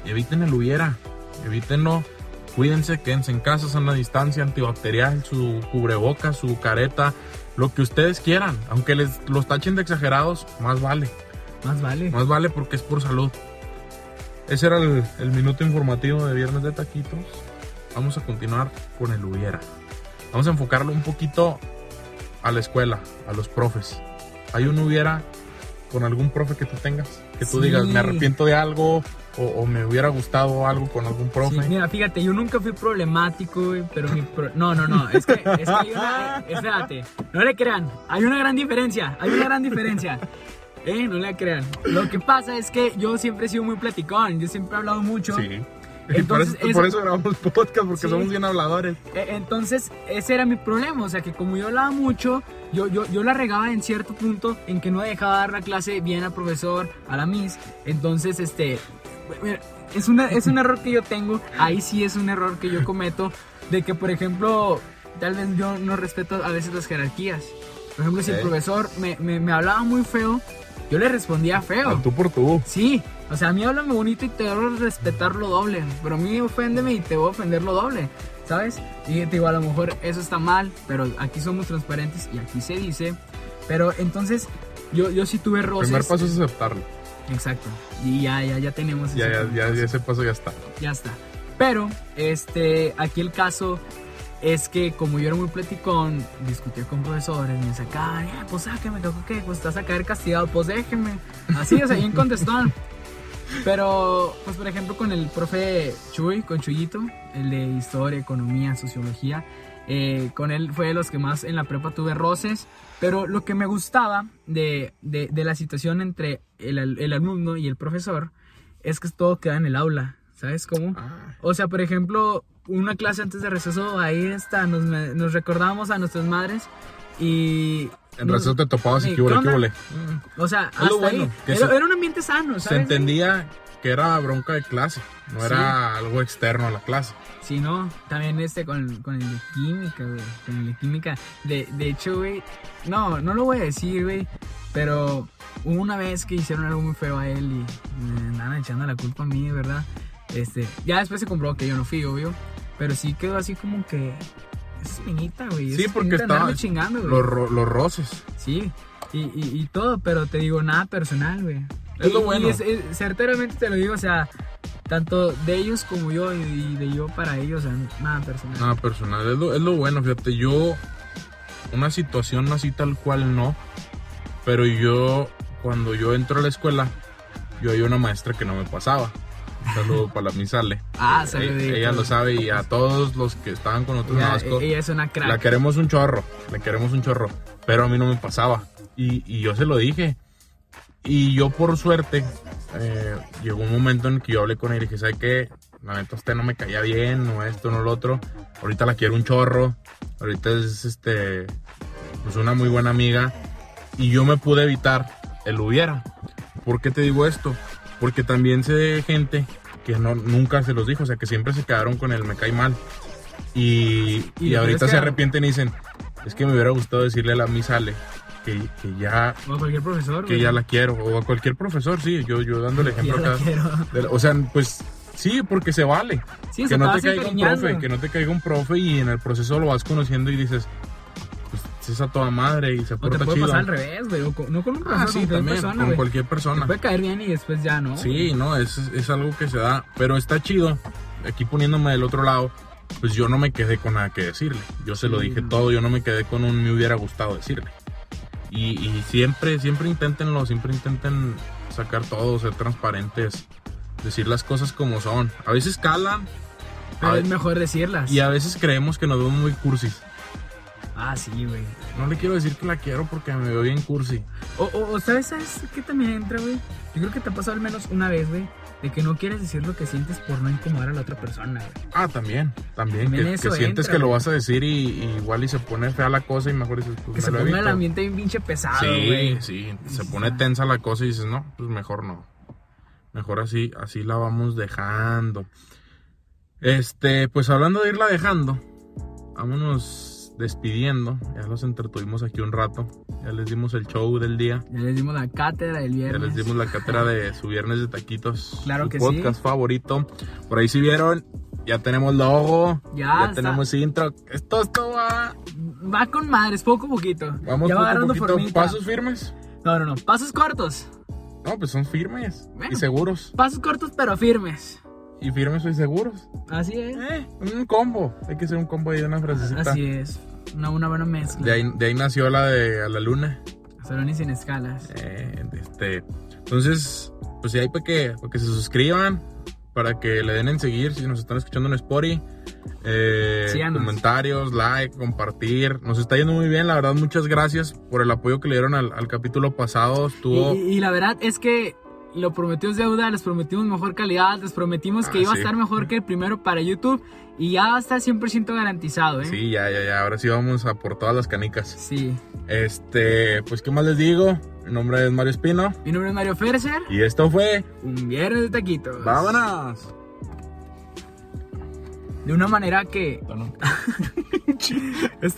Speaker 2: eviten el hubiera, evítenlo, cuídense, quédense en casa, sana distancia, antibacterial, su cubrebocas, su careta, lo que ustedes quieran, aunque les los tachen de exagerados, más vale.
Speaker 1: Más vale.
Speaker 2: Más vale porque es por salud. Ese era el, el minuto informativo de Viernes de Taquitos. Vamos a continuar con el hubiera. Vamos a enfocarlo un poquito a la escuela, a los profes. ¿Hay un hubiera con algún profe que tú tengas? Que tú
Speaker 1: Sí.
Speaker 2: digas, me arrepiento de algo o, o me hubiera gustado algo con algún
Speaker 1: Sí,
Speaker 2: profe.
Speaker 1: mira, fíjate, yo nunca fui problemático, güey, pero mi pro- No, no, no, es que, es que hay una... eh, Espérate, no le crean, hay una gran diferencia, hay una gran diferencia. Eh, no le crean. Lo que pasa es que yo siempre he sido muy platicón, yo siempre he hablado mucho.
Speaker 2: Sí. Y por, eso,
Speaker 1: Entonces, eso-
Speaker 2: por eso grabamos podcast, porque
Speaker 1: Sí.
Speaker 2: somos bien habladores.
Speaker 1: E- Entonces, ese era mi problema. O sea, que como yo hablaba mucho, yo, yo, yo la regaba en cierto punto en que no dejaba dar la clase bien al profesor, a la Miss. Entonces, este. mira, Es, una, es un error que yo tengo. Ahí sí es un error que yo cometo. De que, por ejemplo, tal vez yo no respeto a veces las jerarquías. Por ejemplo, si el
Speaker 2: Ok.
Speaker 1: profesor me, me- me hablaba muy feo, yo le respondía feo.
Speaker 2: Al tú por tú.
Speaker 1: Sí, o sea, a mí háblame bonito y te debo respetar lo doble, pero a mí oféndeme y te voy a ofender lo doble, ¿sabes? Y te digo, a lo mejor eso está mal, pero aquí somos transparentes y aquí se dice, pero entonces yo, yo sí tuve
Speaker 2: El
Speaker 1: roces.
Speaker 2: primer paso es aceptarlo.
Speaker 1: Exacto, y ya, ya, ya tenemos
Speaker 2: Ya,
Speaker 1: ese
Speaker 2: ya,
Speaker 1: primer
Speaker 2: ya-
Speaker 1: paso
Speaker 2: ya ese paso ya está.
Speaker 1: ya está. Pero, este, aquí el caso es que como yo era muy platicón, discutía con profesores, me sacaban, "Eh, pues sáquenme, ¿qué, qué? Pues estás a caer castigado, pues déjenme. Así, o sea, bien contestaban. Pero, pues por ejemplo, con el profe Chuy, con Chuyito, el de historia, economía, sociología, eh, con él fue de los que más en la prepa tuve roces. Pero lo que me gustaba de, de- de la situación entre el, al- el alumno y el profesor es que todo queda en el aula, ¿sabes cómo?
Speaker 2: Ah,
Speaker 1: O sea, por ejemplo, una clase antes de receso, ahí está, nos, me- nos recordábamos a nuestras madres y...
Speaker 2: en razón te topabas y
Speaker 1: Sí,
Speaker 2: qué huele,
Speaker 1: ¿qué
Speaker 2: qué
Speaker 1: onda?
Speaker 2: huele.
Speaker 1: Mm, O sea,
Speaker 2: lo
Speaker 1: hasta
Speaker 2: bueno,
Speaker 1: ahí.
Speaker 2: que
Speaker 1: Era,
Speaker 2: se-
Speaker 1: era un ambiente sano,
Speaker 2: se
Speaker 1: ¿sabes?
Speaker 2: entendía que era bronca de clase, no
Speaker 1: Sí.
Speaker 2: era algo externo a la clase.
Speaker 1: Sí, no, también este con, con el de química, güey. Con el de química. De, de hecho, güey, no, no lo voy a decir, güey. Pero hubo una vez que hicieron algo muy feo a él y me andaban echando la culpa a mí, ¿verdad? Este, ya después se comprobó que yo no fui, obvio. Pero sí quedó así como que. Es espinita, güey.
Speaker 2: Sí,
Speaker 1: es
Speaker 2: porque
Speaker 1: espinita andarme
Speaker 2: estaba-
Speaker 1: chingando, güey.
Speaker 2: Los, ro- los roces.
Speaker 1: Sí, y, y, y todo, pero te digo, nada personal, güey.
Speaker 2: Es lo
Speaker 1: Y- y
Speaker 2: bueno.
Speaker 1: es- es- certeramente te lo digo, o sea, tanto de ellos como yo y, y de yo para ellos, o sea, nada personal.
Speaker 2: Nada personal, es lo, es lo bueno, fíjate, yo una situación así tal cual no, pero yo cuando yo entro a la escuela, yo hay una maestra que no me pasaba. Un saludo para la misale.
Speaker 1: Ah,
Speaker 2: eh,
Speaker 1: saludito.
Speaker 2: Ella, lo sabe y a todos los que estaban con otros
Speaker 1: Ella,
Speaker 2: Navasco,
Speaker 1: ella es una crack.
Speaker 2: La queremos un chorro, le queremos un chorro, pero a mí no me pasaba. Y, y yo se lo dije. Y yo por suerte, eh, llegó un momento en que yo hablé con él y dije, ¿sabe qué? la neta, usted no me caía bien, o esto, no lo otro. Ahorita la quiero un chorro. Ahorita es este, pues una muy buena amiga. Y yo me pude evitar el hubiera. ¿Por qué te digo esto? Porque también sé de gente que no, nunca se los dijo, o sea, que siempre se quedaron con el me cae mal. Y,
Speaker 1: Y
Speaker 2: y
Speaker 1: lo
Speaker 2: ahorita
Speaker 1: puedes
Speaker 2: se
Speaker 1: quedar.
Speaker 2: arrepienten y dicen, es que me hubiera gustado decirle a la misale que, que ya
Speaker 1: O a cualquier profesor.
Speaker 2: que
Speaker 1: güey.
Speaker 2: ya la quiero o a cualquier profesor sí yo yo dándole
Speaker 1: Que ya
Speaker 2: ejemplo
Speaker 1: la
Speaker 2: acá
Speaker 1: quiero.
Speaker 2: de la- o sea pues sí porque se vale
Speaker 1: Sí,
Speaker 2: que
Speaker 1: se
Speaker 2: no
Speaker 1: te
Speaker 2: te
Speaker 1: vas
Speaker 2: caiga un
Speaker 1: encariñando.
Speaker 2: profe que no te caiga un profe y en el proceso lo vas conociendo y dices pues es a toda madre y se
Speaker 1: O te
Speaker 2: porta
Speaker 1: puede
Speaker 2: chido
Speaker 1: pasar al revés, güey. o con- No con un profesor,
Speaker 2: ah sí
Speaker 1: con cualquier
Speaker 2: también
Speaker 1: persona,
Speaker 2: con
Speaker 1: güey.
Speaker 2: cualquier persona
Speaker 1: Te puede caer bien y después ya no.
Speaker 2: Sí, no, es, es algo que se da, pero está chido. Aquí poniéndome del otro lado, pues yo no me quedé con nada que decirle. Yo se lo
Speaker 1: Sí,
Speaker 2: dije
Speaker 1: no.
Speaker 2: todo, yo no me quedé con un me hubiera gustado decirle. Y, y siempre, siempre inténtenlo, siempre intenten sacar todo, ser transparentes, decir las cosas como son. A veces calan
Speaker 1: Pero
Speaker 2: a-
Speaker 1: es mejor decirlas.
Speaker 2: y a veces creemos que nos vemos muy cursis.
Speaker 1: Ah, sí, güey.
Speaker 2: No le quiero decir que la quiero porque me veo bien cursi.
Speaker 1: O, o, o, ¿sabes, ¿sabes qué también entra, güey? Yo creo que te ha pasado al menos una vez, güey, de que no quieres decir lo que sientes por no incomodar a la otra persona, güey.
Speaker 2: Ah, también, también,
Speaker 1: También
Speaker 2: que,
Speaker 1: eso
Speaker 2: que sientes
Speaker 1: entra,
Speaker 2: que lo
Speaker 1: güey.
Speaker 2: vas a decir y, y igual y se pone fea la cosa y mejor dices, pues
Speaker 1: Que
Speaker 2: me
Speaker 1: se
Speaker 2: lo
Speaker 1: ponga el
Speaker 2: evito.
Speaker 1: ambiente bien pinche pesado,
Speaker 2: Sí,
Speaker 1: güey.
Speaker 2: sí,
Speaker 1: Sí,
Speaker 2: se
Speaker 1: sí,
Speaker 2: pone
Speaker 1: sí.
Speaker 2: tensa la cosa y dices, no, pues mejor no. Mejor así, así la vamos dejando. Este, pues hablando de irla dejando, vámonos despidiendo. Ya los entretuvimos aquí un rato. Ya les dimos el show del día.
Speaker 1: Ya les dimos la cátedra del
Speaker 2: Ya
Speaker 1: viernes.
Speaker 2: les dimos la cátedra de su viernes de taquitos.
Speaker 1: Claro
Speaker 2: su
Speaker 1: que sí.
Speaker 2: podcast favorito. Por ahí si vieron, ya tenemos logo.
Speaker 1: Ya,
Speaker 2: Ya
Speaker 1: está-
Speaker 2: tenemos intro. Esto, esto va.
Speaker 1: Va con madres, poco a poquito.
Speaker 2: Vamos
Speaker 1: ya
Speaker 2: poco
Speaker 1: va
Speaker 2: a
Speaker 1: agarrando
Speaker 2: poquito.
Speaker 1: formita.
Speaker 2: Pasos firmes.
Speaker 1: No, no, no. Pasos cortos.
Speaker 2: No, pues son firmes y
Speaker 1: Bueno.
Speaker 2: seguros.
Speaker 1: Pasos cortos, pero firmes.
Speaker 2: Y firmes y seguros.
Speaker 1: Así es.
Speaker 2: Eh, un combo. Hay que hacer un combo ahí de una frasecita.
Speaker 1: Así es. Una, una buena mezcla.
Speaker 2: De ahí, de ahí nació la de a la luna.
Speaker 1: Salón y sin escalas.
Speaker 2: Eh, este, entonces, pues sí, ahí para que, para que se suscriban, para que le den en seguir si nos están escuchando en Spotify. Eh,
Speaker 1: Síganos.
Speaker 2: comentarios, like, compartir. Nos está yendo muy bien, la verdad. Muchas gracias por el apoyo que le dieron al, al capítulo pasado.
Speaker 1: Y,
Speaker 2: Estuvo.
Speaker 1: y- y la verdad es que lo prometimos deuda, les prometimos mejor calidad, les prometimos que
Speaker 2: Ah,
Speaker 1: iba a
Speaker 2: sí.
Speaker 1: estar mejor que el primero para YouTube y ya va a estar 100% garantizado, ¿eh?
Speaker 2: Sí, ya, ya, ya. Ahora sí vamos a por todas las canicas.
Speaker 1: Sí.
Speaker 2: Este, pues, ¿qué más les digo? Mi nombre es Mario Espino.
Speaker 1: Mi nombre es Mario Ferser,
Speaker 2: Y esto fue.
Speaker 1: un viernes de taquitos.
Speaker 2: ¡Vámonos!
Speaker 1: De una manera que
Speaker 2: Bueno.
Speaker 1: está